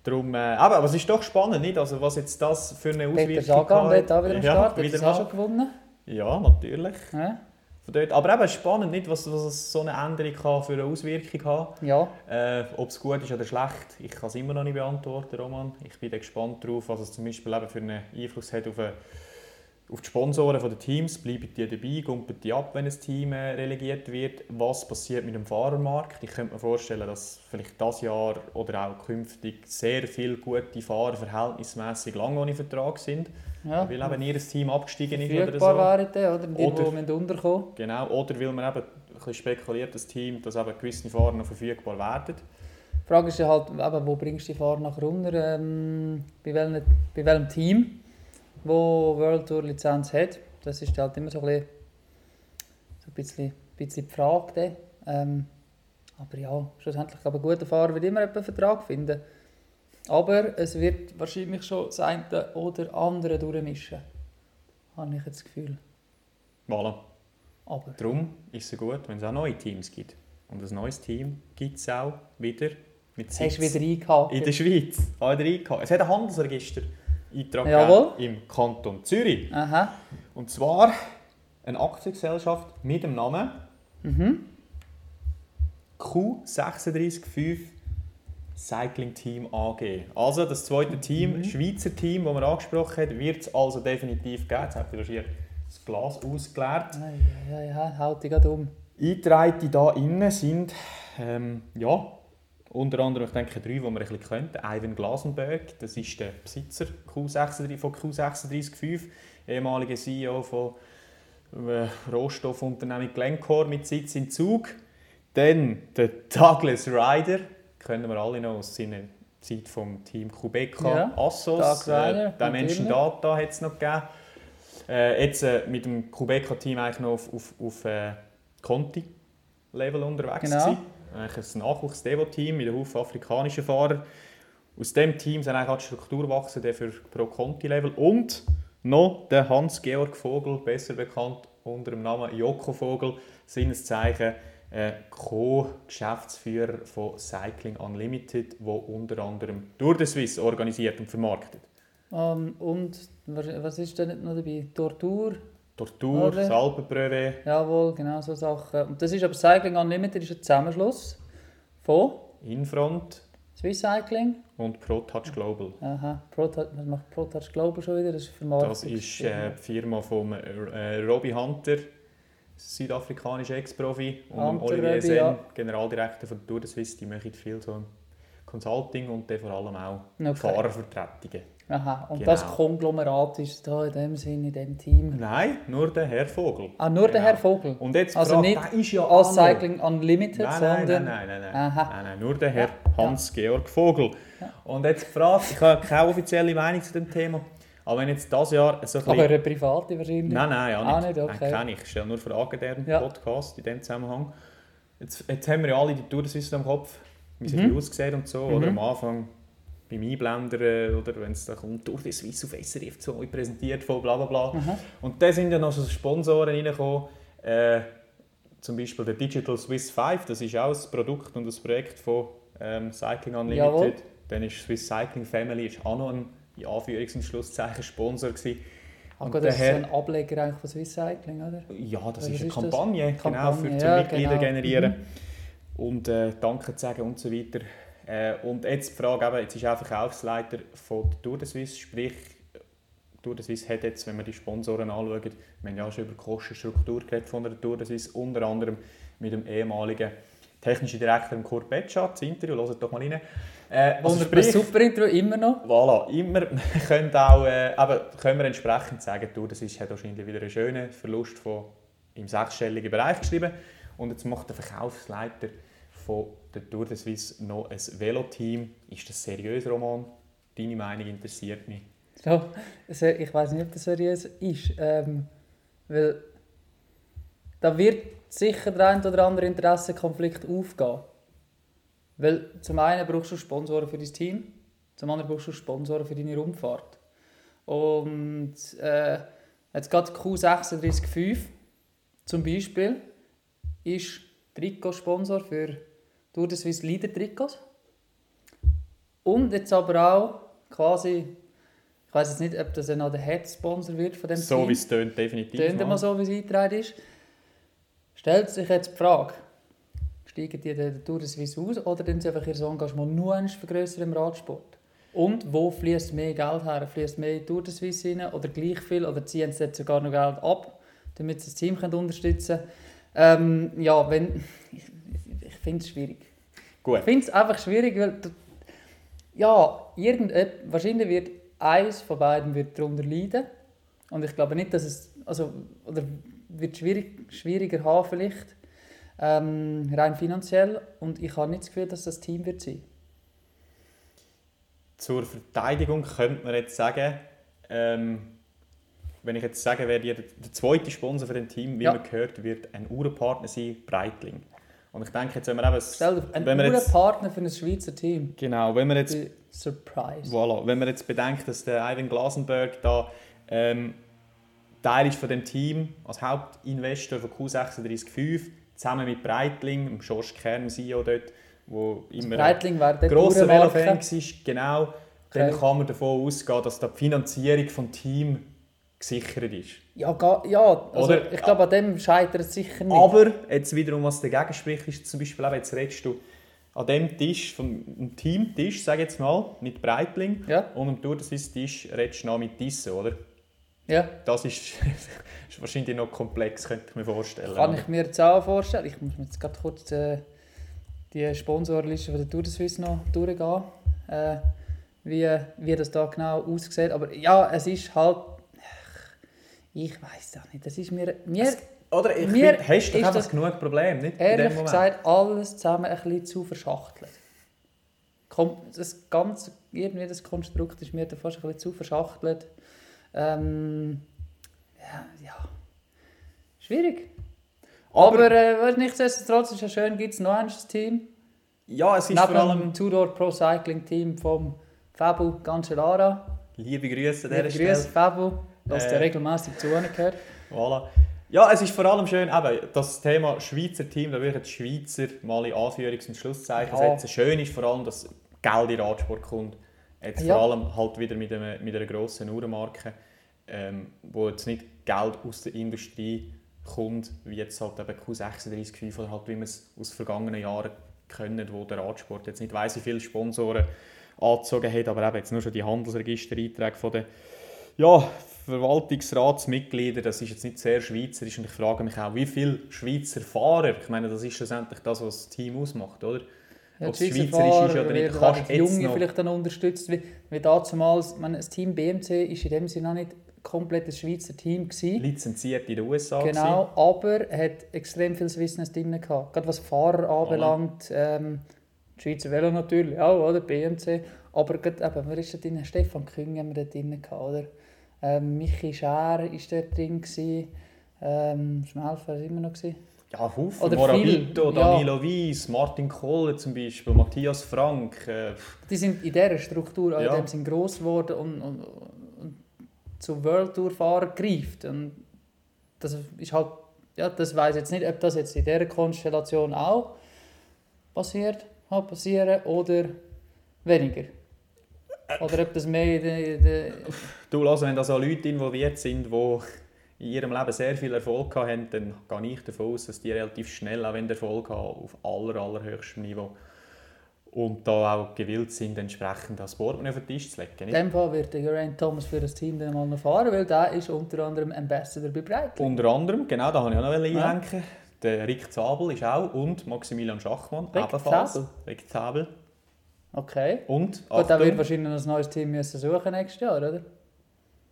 Darum, äh, aber, aber es ist doch spannend, nicht? Also, was jetzt das für eine
Peter
Auswirkung
Sagan
gehabt
wird auch wieder am
Ja,
Start, hat
wieder
das auch
mal.
schon gewonnen.
Ja, natürlich.
Ja.
Von dort. Aber eben spannend, nicht? Was, was es so eine Änderung kann für eine Auswirkung hat.
ja,
Äh, Ob es gut ist oder schlecht, ich kann es immer noch nicht beantworten, Roman. Ich bin dann gespannt darauf, was es zum Beispiel eben für einen Einfluss hat auf den äh, Auf die Sponsoren der Teams bleiben die dabei, gumpen die ab, wenn ein Team äh, relegiert wird. Was passiert mit dem Fahrermarkt? Ich könnte mir vorstellen, dass vielleicht das Jahr oder auch künftig sehr viele gute Fahrer verhältnismäßig lange ohne Vertrag sind,
Ja.
weil eben ihr Team abgestiegen ist oder
Verfügbar
so.
wären die, oder? Die,
Oder-
die müssen unterkommen.
Genau, oder weil man eben ein bisschen spekuliert, das Team, dass eben gewisse Fahrer noch verfügbar werden.
Die Frage ist ja halt, eben, wo bringst du die Fahrer nachher runter? Ähm, bei, welchen, bei welchem Team, wo World Tour Lizenz hat? Das ist halt immer so ein bisschen, so ein bisschen, bisschen die Frage. dann. Ähm, aber ja, schlussendlich, aber ein guter Fahrer wird immer einen Vertrag finden. Aber es wird wahrscheinlich schon das eine oder andere durchmischen. Habe ich jetzt das Gefühl.
Voilà.
Aber.
Darum ist es gut, wenn es auch neue Teams gibt. Und ein neues Team gibt es auch wieder mit
Jetzt hast du
Sitz
wieder eingehakt.
in der Schweiz. Ah, in der IK. Es hat ein Handelsregister eingetragen
Jawohl.
im Kanton Zürich.
Aha.
Und zwar eine Aktiengesellschaft mit dem Namen
Mhm.
Q365 Cycling Team AG. Also das zweite
Mhm.
Team, Schweizer Team, das man angesprochen hat, wird es also definitiv geben. Jetzt hat wieder hier das Glas ausgeleert.
Ja, ja, ja, haut dich gerade um.
Eingetragen die da innen sind, ähm, ja, unter anderem, ich denke, drei, die wir ein bisschen kennen. Ivan Glasenberg, das ist der Besitzer Q36, von Q365, ehemaliger CEO von äh, Rohstoffunternehmung Glencore mit Sitz in Zug. Dann der Douglas Ryder, kennen wir alle noch aus seiner Zeit vom Team Quebeca,
Ja,
Assos,
Doug Ryder,
äh, Dimension
natürlich.
Data hat es noch gegeben. Äh, jetzt äh, mit dem Quebeca-Team eigentlich noch auf, auf, auf äh, Conti-Level unterwegs
Genau.
gewesen. Eigentlich ein Nachwuchs-Devo-Team mit einem Haufen afrikanischen Fahrern. Aus dem Team sind eigentlich auch die Struktur gewachsen, der für Pro Conti-Level. Und noch der Hans-Georg Vogel, besser bekannt unter dem Namen Joko Vogel, seines Zeichen äh, Co-Geschäftsführer von Cycling Unlimited, wo unter anderem Tour de Suisse organisiert und vermarktet.
Ähm, und was, was ist denn noch dabei? Tortur?
Tortur,
Oder?
Salpenpröve,
Jawohl, genau so Sachen. Und das ist aber Cycling Unlimited ist ein Zusammenschluss von
Infront
Swiss Cycling.
und ProTouch Global.
Aha, ProTouch, was macht ProTouch Global schon wieder? Das ist Vermarktung.
Das ist äh, die Firma von äh, Robbie Hunter, südafrikanischer Ex-Profi, und dem
Hunter,
Olivier
Robbie,
Sen,
ja.
Generaldirektor von Tour de Suisse. Die machen viel so im Consulting und dann vor allem auch
Okay.
Fahrervertretungen.
Aha, und
Genau.
das Konglomerat ist da in dem Sinn, in dem Team.
Nein, nur der Herr Vogel.
Ah, nur der
Genau.
Herr Vogel.
Und jetzt
Also
fragt,
nicht
der ist ja auch
Als
noch-
Cycling Unlimited,
Nein, nein,
sondern.
nein, nein, nein, nein.
Aha.
nein, nein, nur der Herr Hans-Georg Vogel. Und jetzt fragt, ich habe keine offizielle Meinung zu dem Thema, aber wenn jetzt das Jahr so ein
Aber
bisschen-
eine private wahrscheinlich.
Nein, nein, ja
Ah,
nicht.
nicht, okay.
Nein, kenne ich. Ich stelle nur Fragen der
Ja.
Podcast in dem Zusammenhang. Jetzt, jetzt haben wir ja alle die Tour de Suisse am Kopf, wie sie mhm. ausgesehen und so. Oder am Anfang beim Einblender äh, oder wenn es da kommt, Tour de Suisse auf SRF 2 präsentiert von bla bla bla. Und da sind ja noch so Sponsoren reingekommen. Äh, zum Beispiel der Digital Swiss 5, das ist auch ein Produkt und ein Projekt von ähm, Cycling Unlimited.
Jawohl.
Dann ist Swiss Cycling Family ist auch noch ein in Anführungs- und Schlusszeichen Sponsor. Gewesen.
Aber
Und
Ah, gut,
der
das ist so
Herr-
ein Ableger eigentlich von Swiss Cycling, oder?
ja, das
Was
ist eine
ist das?
Kampagne, genau,
Kampagne,
für zum
ja,
Mitglieder
genau. Mhm.
generieren und äh, Danke zu sagen und so weiter. Äh, und jetzt die Frage, eben, jetzt ist er Verkaufsleiter von der Tour de Suisse, sprich Tour de Suisse hat jetzt, wenn wir die Sponsoren anschauen, wir haben ja schon über die Kostenstruktur geredet von der Tour de Suisse, unter anderem mit dem ehemaligen technischen Direktor Kurt Betschat, das Interview, hört doch mal rein. Äh, also
Wunderbar,
sprich,
super Intro, immer noch.
Voilà, immer wir können auch, äh, aber können wir entsprechend sagen, du, das ist, hat wahrscheinlich wieder einen schönen Verlust von im sechsstelligen Bereich geschrieben. Und jetzt macht der Verkaufsleiter von der Tour de Suisse noch ein Veloteam. Ist das seriös, Roman? Deine Meinung interessiert mich.
So, also ich weiß nicht, ob das seriös ist. Ähm, weil da wird sicher der ein oder andere Interessenkonflikt aufgehen. Weil zum einen brauchst du Sponsoren für dein Team, zum anderen brauchst du Sponsoren für deine Rundfahrt. Und äh, jetzt gerade Q365 zum Beispiel ist Trikotsponsor für Tour de Suisse Leader Trikots. Und jetzt aber auch quasi ich weiß jetzt nicht, ob das dann auch der Head-Sponsor wird von dem
So wie
Team.
es tönt, definitiv.
Tönt
Mann.
immer so, wie es eingetragen ist. Stellt sich jetzt die Frage, steigen die der Tour de Suisse aus oder tun sie einfach ihr Engagement nur eins vergrößern im Radsport? Und wo fließt mehr Geld her? Fließt mehr in Tour de Suisse rein oder gleich viel? Oder ziehen sie jetzt sogar noch Geld ab, damit sie das Team können unterstützen können? Ähm, ja, wenn, ich, ich finde es schwierig.
Gut.
Ich finde es einfach schwierig, weil du, ja, irgendet, wahrscheinlich wird eins von beiden wird darunter leiden. Und ich glaube nicht, dass es, also, oder wird schwierig, schwieriger haben vielleicht, ähm, rein finanziell. Und ich habe nicht das Gefühl, dass das Team wird sein.
Zur Verteidigung könnte man jetzt sagen, ähm, wenn ich jetzt sagen werde, jeder- der zweite Sponsor für den Team, wie
Ja.
man gehört, wird ein Uhrenpartner sein, Breitling. Und ich denke, jetzt wenn wir eben...
Stell dir
wenn wir
einen
jetzt,
Partner für ein Schweizer Team.
Genau, wenn wir
Äh,
jetzt
Surprise.
Voilà. Wenn man jetzt bedenkt, dass der Ivan Glasenberg da ähm, Teil ist von dem Team als Hauptinvestor von Q365 zusammen mit Breitling, dem Schorsch Kern, dem CEO dort, wo immer
Breitling wäre
ein
der
grosser Velofan
Uhrenmarke.
war, genau, dann
Okay.
kann man davon ausgehen, dass da die Finanzierung vom Team gesichert ist.
Ja, ga- ja also
Oder-
ich glaube, an dem scheitert es sicher nicht.
Aber jetzt wiederum, was dagegen spricht, ist zum Beispiel, eben, jetzt redest du an dem Tisch, vom dem Teamtisch, sag jetzt mal, mit Breitling,
Ja.
und am Tour des Tisch redest du noch mit Thyssen, oder?
ja,
Das ist, ist wahrscheinlich noch komplex, könnte ich mir vorstellen.
kann ich mir jetzt auch vorstellen. Ich muss mir jetzt gerade kurz äh, die Sponsorliste von der Tour de Suisse noch durchgehen, äh, wie, wie das da genau aussieht. Aber ja, es ist halt... Ich weiß auch nicht, das ist mir... mir
Oder ich
Mir
finde, hast du
ist
doch einfach
das-
genug Probleme, nicht? in dem
ehrlich
Moment.
gesagt alles zusammen ein bisschen zu verschachtelt. Kom das ganze, irgendwie das Konstrukt ist mir da fast ein bisschen zu verschachtelt. Ähm, ja, ja. Schwierig. Aber,
Aber-
äh, weißt, nichtsdestotrotz ist es ja schön, gibt es noch ein Team.
Ja, es ist
Neben
vor allem...
dem Tudor Pro Cycling Team vom Fabu Cancellara.
Liebe Grüße an dieser
Grüße
Stelle.
Fabu, dass
Äh.
der regelmäßig zu uns gehört.
Voilà. Ja, es ist vor allem schön, eben, das Thema Schweizer Team, da würde ich die Schweizer mal in Anführungs- und Schlusszeichen
Ja.
setzen. Schön ist vor allem, dass Geld in den Radsport kommt. Jetzt
Ja.
vor allem halt wieder mit, einem, mit einer grossen Uhrenmarke, ähm, wo jetzt nicht Geld aus der Industrie kommt, wie jetzt halt eben Q36 oder halt wie wir es aus vergangenen Jahren können, wo der Radsport jetzt nicht weiss, wie viele Sponsoren angezogen hat, aber eben jetzt nur schon die Handelsregistereinträge von den ja, Verwaltungsratsmitglieder, das ist jetzt nicht sehr schweizerisch und ich frage mich auch, wie viele Schweizer Fahrer, ich meine, das ist schlussendlich das, was das Team ausmacht, oder?
Ja,
Ob
die
es
Schweizer
schweizerisch
Fahrer
ist oder nicht,
werden
kannst
auch
du
die
jetzt
Junge
noch...
vielleicht dann unterstützt, wie, wie damals, ich meine, das Team BMC ist in dem Sinne auch nicht komplett ein Schweizer Team gewesen,
lizenziert in den USA
genau, aber hat extrem viel Swissness drin gehabt, gerade was Fahrer anbelangt, ähm, die Schweizer Velo natürlich auch, oder, BMC, aber gerade eben, wer ist da drin? Stefan Küng haben wir da drin gehabt, oder, ähm, Michi Schär ist da drin gewesen, ähm, Schmelfer war immer noch gewesen.
Ja, Haufen,
Oder
Morabito,
viel,
Danilo Weiss, Martin Kohler zum Beispiel, Matthias Frank, äh,
Die sind in dieser Struktur auch
Ja.
in dem sind gross geworden und, und, und zu World Tour Fahrer greift. Und das ist halt, ja, das weiß jetzt nicht, ob das jetzt in dieser Konstellation auch passiert, kann passieren oder weniger. Oder ob das mehr in der, in der
du, lass, wenn da so Leute involviert sind, die in ihrem Leben sehr viel Erfolg gehabt haben, dann gehe ich davon aus, dass die relativ schnell auch wenn Erfolg haben, auf aller, allerhöchstem Niveau und da auch gewillt sind, entsprechend das Portemonnaie auf den Tisch zu legen.
in
Nicht?
dem Fall wird der Geraint Thomas für das Team dann mal noch fahren, weil der ist unter anderem Ambassador bei Breitling.
Unter anderem, genau, da wollte ich auch noch
Ja.
einlenken, der Rick Zabel ist auch und Maximilian Schachmann
Rick
ebenfalls.
Zabel?
Rick Zabel.
Okay.
Und,
Gut, der wird
Achtung,
wahrscheinlich noch ein neues Team müssen suchen nächstes Jahr, oder?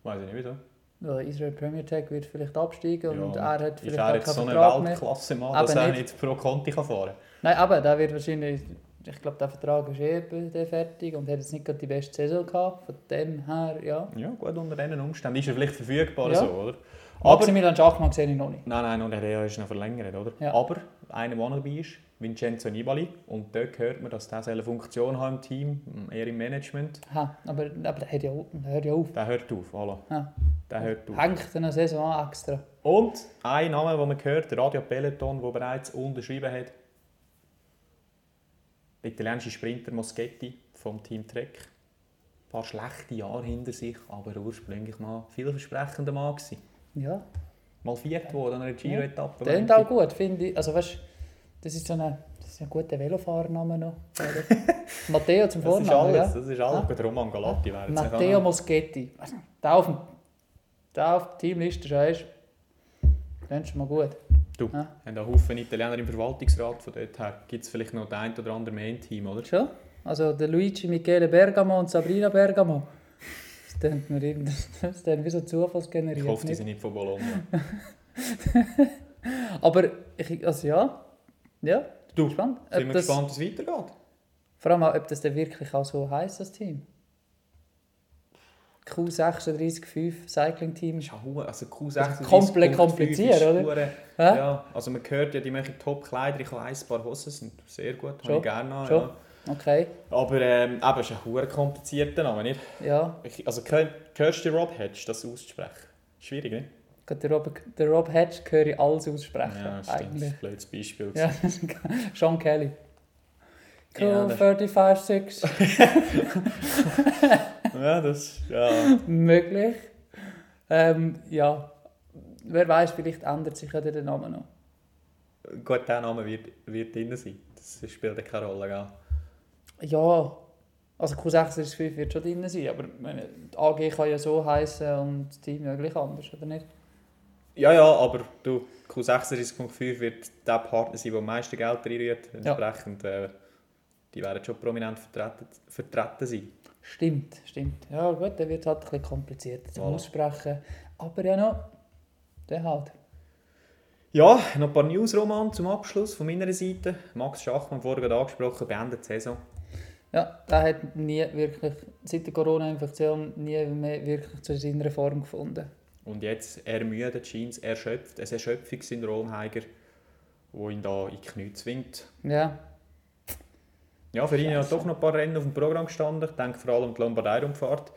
weiß ich nicht wieso.
Ja, Israel Premier Tech wird vielleicht absteigen und
Ja,
er hat
Ist
vielleicht
er
auch keinen
jetzt so eine
Vertrag mehr.
Weltklasse-Mann,
Aber
dass er
nicht-
nicht pro Conti kann fahren
Nein, aber der wird wahrscheinlich, ich glaube, der Vertrag ist eh bei der fertig und hat jetzt nicht gerade die beste Saison gehabt. Von dem her, ja.
kann? Ja, gut, unter diesen Umständen ist er vielleicht verfügbar,
Ja.
so, oder? Aber, nein,
Maximilian Schachmann sehe ich noch nicht.
nein, und er ist noch verlängert, oder?
Ja.
Aber einer, der noch dabei ist, Vincenzo Nibali, und dort hört man, dass der soll eine Funktion hat im Team, eher im Management.
Ha, aber, aber der, hat ja, der hört ja auf.
Der hört auf, voilà.
Ha,
Der hört auf.
hängt dann eine Saison an extra.
Und ein Name, den man hört, Radio Peloton, der bereits unterschrieben hat. Der italienische Sprinter Moschetti vom Team Trek. Ein paar schlechte Jahre hinter sich, aber ursprünglich mal vielversprechender Mann. Gewesen.
Ja,
Mal viert wurde an einer Giro-Etappe.
klingt auch gut, finde ich. Also weißt, Das ist so ein, das ist ein guter Velofahrername noch. oder? Matteo zum
Das
Vornamen.
ist alles,
ja?
das ist alles. Gut, Roman Galatti wäre jetzt
Matteo Moschetti. Also, Der auf, dem, der auf der Teamliste schon ist. Das ist schon mal gut.
Du.
Ja.
Haben auch Haufen Italiener im Verwaltungsrat, von dort her gibt es vielleicht noch den einen oder anderen mehr im Team, oder?
Schon? Also der Luigi Michele Bergamo und Sabrina Bergamo. Das klingt mir irgendwie das klingt wie so zufallsgeneriert.
Ich hoffe, die
nicht?
sind nicht von Bologna.
Aber ich, also ja, ja,
Du, sind
spannend.
wir
Ob Äh, das,
gespannt, wie es weitergeht.
vor allem auch, ob das dann wirklich auch so heisst, das Team. Q365 Cycling Team.
Das ist ja hure- also Q6
Das ist komplett kompliziert, oder? Hä?
Ja, also man hört ja, die machen Top-Kleider. Ich habe ein paar Hosen, sind sehr gut, habe
Schon,
ich gerne an,
schon.
ja.
Okay,
Aber ähm, eben, es ist ein hure komplizierter Name, nicht?
ja.
Ich, also kön- hörst du Rob Hedge, das auszusprechen? Schwierig, nicht?
Gerade Der Rob, der Rob Hedge höre ich alles aussprechen.
Ja, stimmt. Das
eigentlich.
ist ein blödes Beispiel.
Ja, Sean Kelly.
Ja, das-
Q356.
ja das ja.
Möglich. Ähm, ja. Wer weiß, vielleicht ändert sich ja dann der Name noch.
Gut, der Name wird, wird drin sein. Das spielt ja keine Rolle, gell?
Ja, also Q6 wird schon drin sein, aber ich meine, die AG kann ja so heißen und das Team ja gleich anders, oder nicht?
Ja, ja, aber du, Q36.5 wird der Partner sein, der am meisten Geld reinrührt. Entsprechend, äh, die werden schon prominent vertreten, vertreten sein.
Stimmt, stimmt. Ja gut, dann wird es halt ein bisschen komplizierter zum
Voilà.
Aussprechen. Aber ja noch, der halt.
Ja, noch ein paar News, Roman, zum Abschluss von meiner Seite. Max Schachmann, vorhin gerade angesprochen, beendet die Saison.
Ja, der hat nie wirklich, seit der Corona-Infektion, nie mehr wirklich zu seiner Form gefunden.
Und jetzt ermüdet Jeans, erschöpft, ein Erschöpfungssyndrom, Heiger, wo ihn da in die Knie zwingt.
Ja,
Ja, für ihn hat doch noch ein paar Rennen auf dem Programm gestanden. Ich denke vor allem an die Lombardei-Rundfahrt.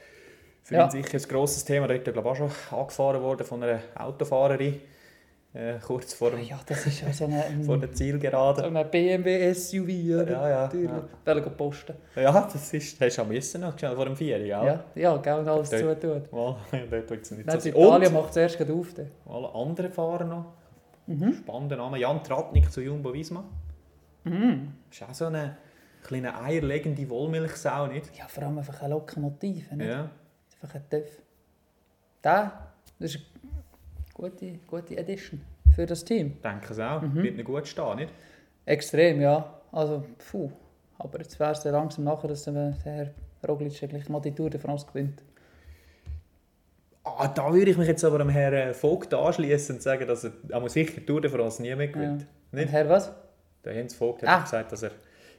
Für
Ja.
ihn sicher ein grosses Thema. Dort ist glaube ich, auch schon angefahren worden von einer Autofahrerin. Äh, kurz vor, dem,
ja das ist Ah, ja so ein,
vor
so
der Zielgerade.
ein BMW SUV, oder?
Ja, ja,
Natürlich.
ja.
Wollen wir eh, posten.
Ja, das ist, hast du am Essen noch schnell vor dem Vieri,
Ja,
ja?
ja, gell, und alles
Dort-
zutut.
Mal, dort wird es nicht
Nein,
so
die
sein.
Italien
Und
macht zuerst gerade auf. Dann.
alle anderen Fahrer noch.
Mhm.
Spannender Name. Jan Tratnik zu Jumbo Visma.
Mhm.
Ist auch so eine kleine eierlegende Wollmilchsau, nicht?
Ja, vor allem einfach eine Lokomotive. Nicht?
Ja.
Einfach ein Töff. Der, das ist eine gute, gute Edition für das Team.
Ich denke es
Mhm.
auch. Wird nicht gut stehen, nicht?
Extrem, ja. Also, puh. Aber jetzt wäre es dann langsam nachher, dass der Herr Roglic ja gleich mal die Tour de France gewinnt.
Ah, da würde ich mich jetzt aber dem Herrn äh, Vogt anschließen und sagen, dass er aber sicher die Tour de France nie mehr gewinnt.
Und
Nicht?
Herr was?
Der Jens Vogt hat
Ah.
gesagt, dass er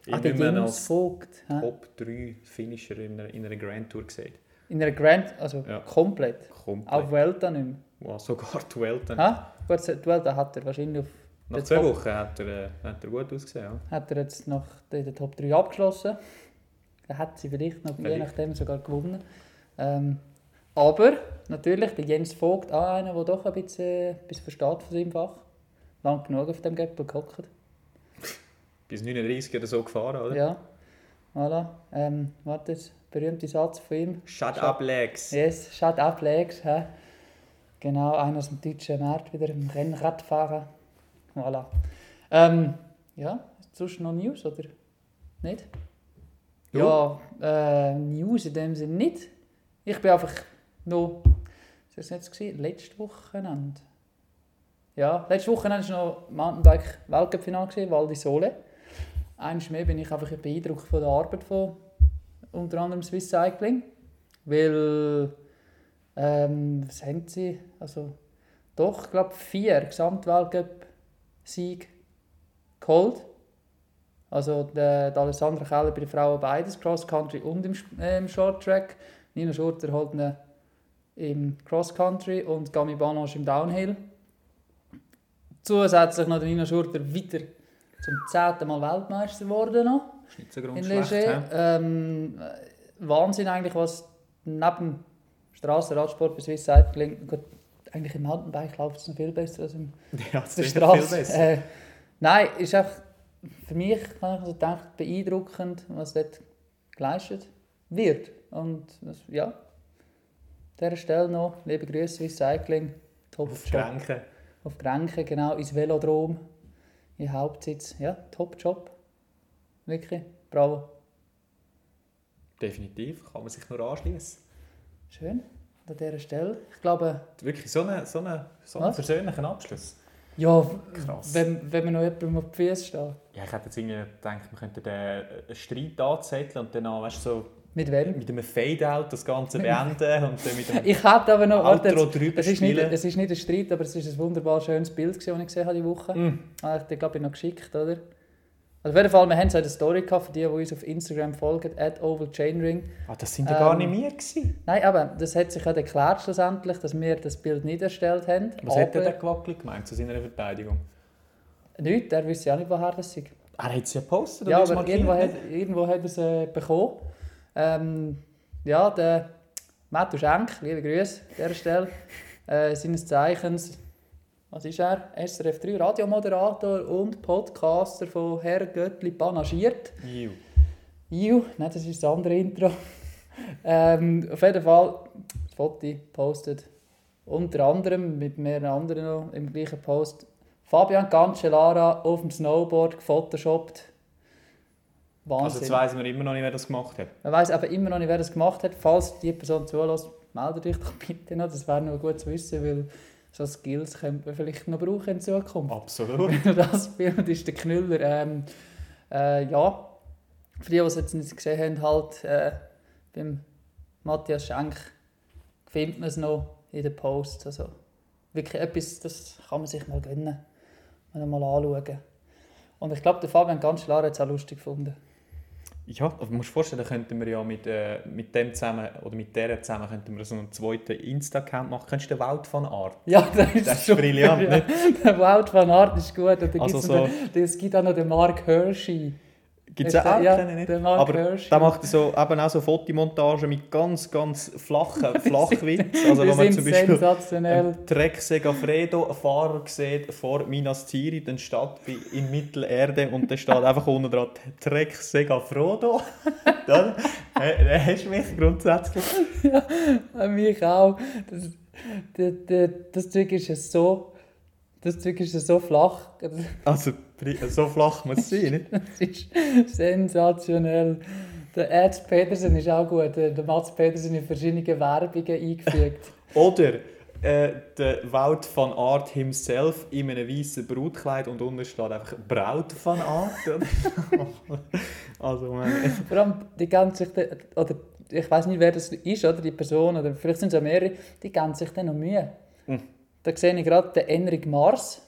ihn
Ah, der
nicht mehr
Dings
als
Vogt. hä?
Top 3 Finisher in einer, in einer Grand Tour sieht.
In einer Grand, also
Ja.
komplett. Auf
Komplett.
Vuelta nicht mehr.
Wow, sogar die Welt.
Ha? Gut, die Vuelta hat er wahrscheinlich auf
Nach
der
zwei
Top-
Wochen hat er, äh, hat er gut ausgesehen. Ja.
hat er jetzt noch den, den Top 3 abgeschlossen. Er hat sie vielleicht noch, je
Vielleicht.
nachdem, sogar gewonnen. Ähm, aber natürlich, der Jens Vogt, auch einer, der doch ein bisschen, äh, ein bisschen versteht von seinem Fach. Lang genug auf dem Gäppel gehockt.
Bis 39 oder so gefahren, oder?
Ja, voilà. Ähm, warte, berühmter Satz von ihm.
Shut up, Legs.
Yes, shut up, Legs. Hä? Genau, einer aus dem deutschen Markt wieder im Rennrad fahren. Voilà. Ähm, ja, sonst noch News, oder? Nicht?
Du?
Ja, äh, News in dem Sinne nicht. Ich bin einfach noch, was war jetzt? Gewesen? Letztes Wochenende. Ja, letztes Wochenende war noch Mountainbike-Weltcup-Final, Val di Sole. Eins mehr bin ich einfach beeindruckt von der Arbeit von unter anderem Swiss Cycling. Weil, ähm, was haben sie? Also, doch, glaube vier Gesamtweltcup-Siege geholt. Also, der, der Alessandra Keller bei den Frauen beides, Cross-Country und im, Sch- äh, im Short-Track. Nina Schurter holt ihn im Cross-Country und Gami Banos im Downhill. Zusätzlich noch Nina Schurter weiter zum zehnten Mal Weltmeister geworden. Noch
Ist nicht so
in
grundschlecht.
Leger.
hä?
Ähm, Wahnsinn eigentlich, was neben Straßenradsport bei Swiss Cycling, gut, eigentlich im Mountainbike läuft es noch viel besser als im
Ja,
auf
das
der
ist viel
Straße.
besser.
Äh, nein, ist auch für mich, kann ich so denken, beeindruckend, was dort geleistet wird. Und das, dus, ja, an dieser Stelle noch, liebe Grüße, Swiss Cycling, top
Auf die
Job
Grenken.
nou auf Grenken, genau, ins Velodrom, in Hauptsitz. Ja, top Job. Wirklich, bravo.
Definitiv, kann man sich nur anschließen.
Schön. Und An dieser Stelle, eh, ich glaube,
Wirklich so einen so eine, so einen
Was?
persönlichen Abschluss.
ja,
Krass.
wenn, wenn man noch jemandem auf die Füße steht.
Ja, ich hätte jetzt irgendwie gedacht, wir könnten den äh, Streit anzetteln und dann auch, weißt du, so
Mit wem?
mit einem Fade-Out das Ganze beenden und dann mit einem
Ich hätte aber noch. warte,
Outro
jetzt-
drüber
es, ist nicht,
spielen.
es ist nicht ein Streit, aber es ist ein wunderbar schönes Bild, gewesen, das ich gesehen habe die Woche.
Mm.
Habe ich dir, glaube ich, noch geschickt, oder? Also auf jeden Fall, wir haben so eine Story gehabt, für die, die uns auf Instagram folgen, at ovalchainring.
Ah, das sind ja gar
Ähm,
nicht wir gewesen.
Nein, aber das hat sich ja erklärt schlussendlich, dass wir das Bild nicht erstellt haben.
Was
aber
hat denn der Gewackli gemeint zu seiner Verteidigung?
Nichts, er wüsste ja nicht, woher das ist.
Er hat es ja gepostet
Ja,
uns
aber
markiert,
irgendwo hat,
nicht?
irgendwo hat er es äh, bekommen. Ähm, ja, der Matthäus Schenk, liebe Grüße an dieser Stelle, äh, seines Zeichens, was ist er? SRF 3 Radiomoderator und Podcaster von Herr Göttli Panagiert.
Iu.
Iu, nein, das ist das andere Intro. ähm, auf jeden Fall, das Foto postet unter anderem mit mehreren anderen noch im gleichen Post Fabian Cancellara auf dem Snowboard gefotoshoppt.
Also
Wahnsinn.
jetzt weiss man immer noch nicht, wer das gemacht hat.
Man weiß aber immer noch nicht, wer das gemacht hat. Falls die Person zulässt, meldet euch doch bitte noch. Das wäre noch gut zu wissen, weil so Skills könnte man vielleicht noch brauchen in Zukunft.
Absolut.
Wenn ihr das filmt, ist der Knüller. Ähm, äh, ja, für die, die es jetzt nicht gesehen haben, halt äh, beim Matthias Schenk findet man es noch in den Posts. Also wirklich etwas, das kann man sich mal gönnen. Mal mal anschauen. Und ich glaube, der Fabian ganz klar hat es auch lustig gefunden.
Ja, aber du musst dir vorstellen, könnten wir ja mit, äh, mit dem zusammen, oder mit der zusammen, könnten wir so einen zweiten Insta-Account machen. Kennst du den Wald von Art?
Ja, das ist,
Das ist
super,
brillant,
ja. Der Wout van Aert ist gut. Und dann
Also
gibt's
so-
noch den, es gibt auch noch den Mark Hershey.
Gibt es
Ist
auch,
der- ja,
kenne ich nicht.
der Mark
Aber
Hirsch.
der macht so, eben auch so Fotomontagen mit ganz, ganz flachen Flachwitz. Also wenn
die
man
sind
zum Beispiel
sensationell.
einen drecksigen Fredo, einen Fahrer sieht vor Minas Tirith, eine Stadt bei- in Mittelerde und da steht einfach unten dran drecksiger Frodo. dann äh, dann hast du mich grundsätzlich.
An mich auch. Das, das, das, das Zeug ist ja so... Das Zeug ist ja so flach.
Also
Das
so flach muss es sein, nicht?
ist sensationell. Der Ed Petersen ist auch gut. Der, der Mats Petersen in verschiedenen Werbungen eingefügt.
Oder äh, der Wout van Art himself in einem weißen Brutkleid und unten steht einfach Braut van Art. oder? also, meine,
Vor allem, die geben sich dann, oder ich weiß nicht, wer das ist, oder die Person, oder vielleicht sind es auch mehrere, die geben sich dann noch Mühe. Da sehe ich gerade den Enric Mars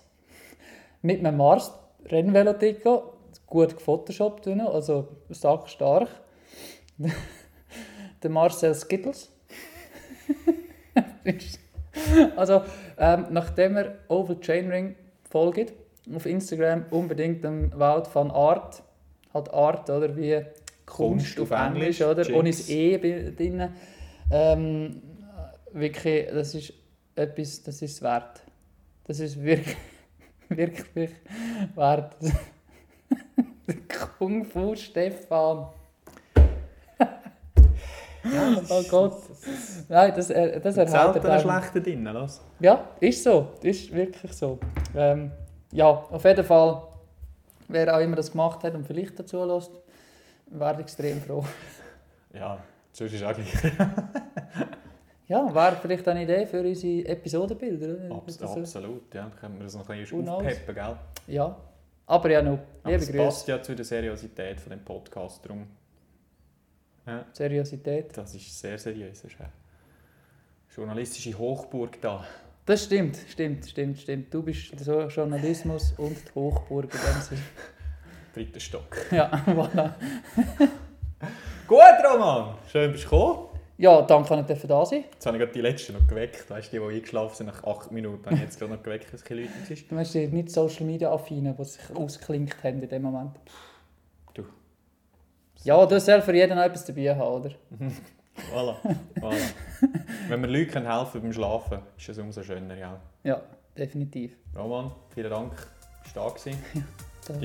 mit einem mars rennvelo trikot gut gefotoshoppt, drin, also sackstark. der Marcel Skittles. also, ähm, nachdem er Oval Chainring folgt, auf Instagram unbedingt dem Wout van Art, hat Art, oder wie Kunst, auf Englisch, oder?
Jinx.
Ohne das E bi- drin. Ähm, wirklich, das ist etwas, das ist wert. Das ist wirklich, wirklich wert. Kung Fu Stefan. oh Gott. Nein, das, er, das erhält
selten
er
ein
dann.
schlechter drin, los.
Ja, ist so. Ist wirklich so. Ähm, ja, auf jeden Fall, wer auch immer das gemacht hat und vielleicht dazu lässt, wäre ich extrem froh.
Ja, sonst ist auch gleich.
Ja, wäre vielleicht eine Idee für unsere Episodenbilder. oder?
Abs
Also,
absolut, ja. Dann können wir das noch ein bisschen
Who knows?
aufpeppen, gell?
Ja, aber ja noch.
Aber
Liebe
es
Grüße.
passt ja zu der Seriosität von dem Podcast, darum
Seriosität.
das ist sehr seriös. Das ist eine journalistische Hochburg da.
Das stimmt, stimmt, stimmt, stimmt. Du bist so Journalismus und die Hochburg in dem Sinne.
Dritter Stock.
Ja, voilà.
Gut, Roman! Schön, bist du gekommen.
Ja, danke, dass ich da sein durfte.
Jetzt habe ich gerade die letzten noch geweckt. Weißt du, die, die eingeschlafen sind nach 8 Minuten, habe ich jetzt gerade noch geweckt, dass es Leute ist.
Du meinst die nicht Social Media affine, die sich ausklinkt haben in dem Moment.
Du.
Ja, du sollst für jeden noch etwas dabei haben, oder?
Voilà. voilà. Wenn wir Leuten können helfen beim Schlafen, ist es umso schöner, ja.
Ja, definitiv.
Roman, vielen Dank. Bist du da gewesen.
danke.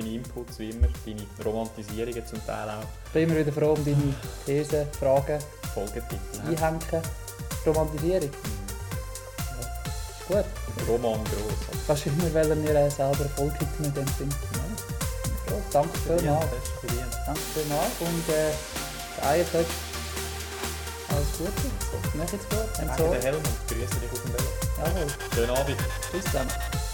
Deine Inputs wie immer, deine Romantisierungen zum Teil auch.
Bin immer wieder froh um deine Thesen, Fragen,
Folgetitel. ne?
Einhängen, Romantisierung. Ja, ist Gut,
Roman gross. also
kannst du immer wählen, wir äh, selber Erfolg hätten in dem Sinn. Ja, danke vielmals. Danke vielmals und äh, der Eierköpfe. Alles Gute. Mach jetzt gut.
Danke,
Enzo.
der Helmut. Grüße dich auf dem Velo.
Jawohl.
Schönen Abend.
Tschüss zusammen.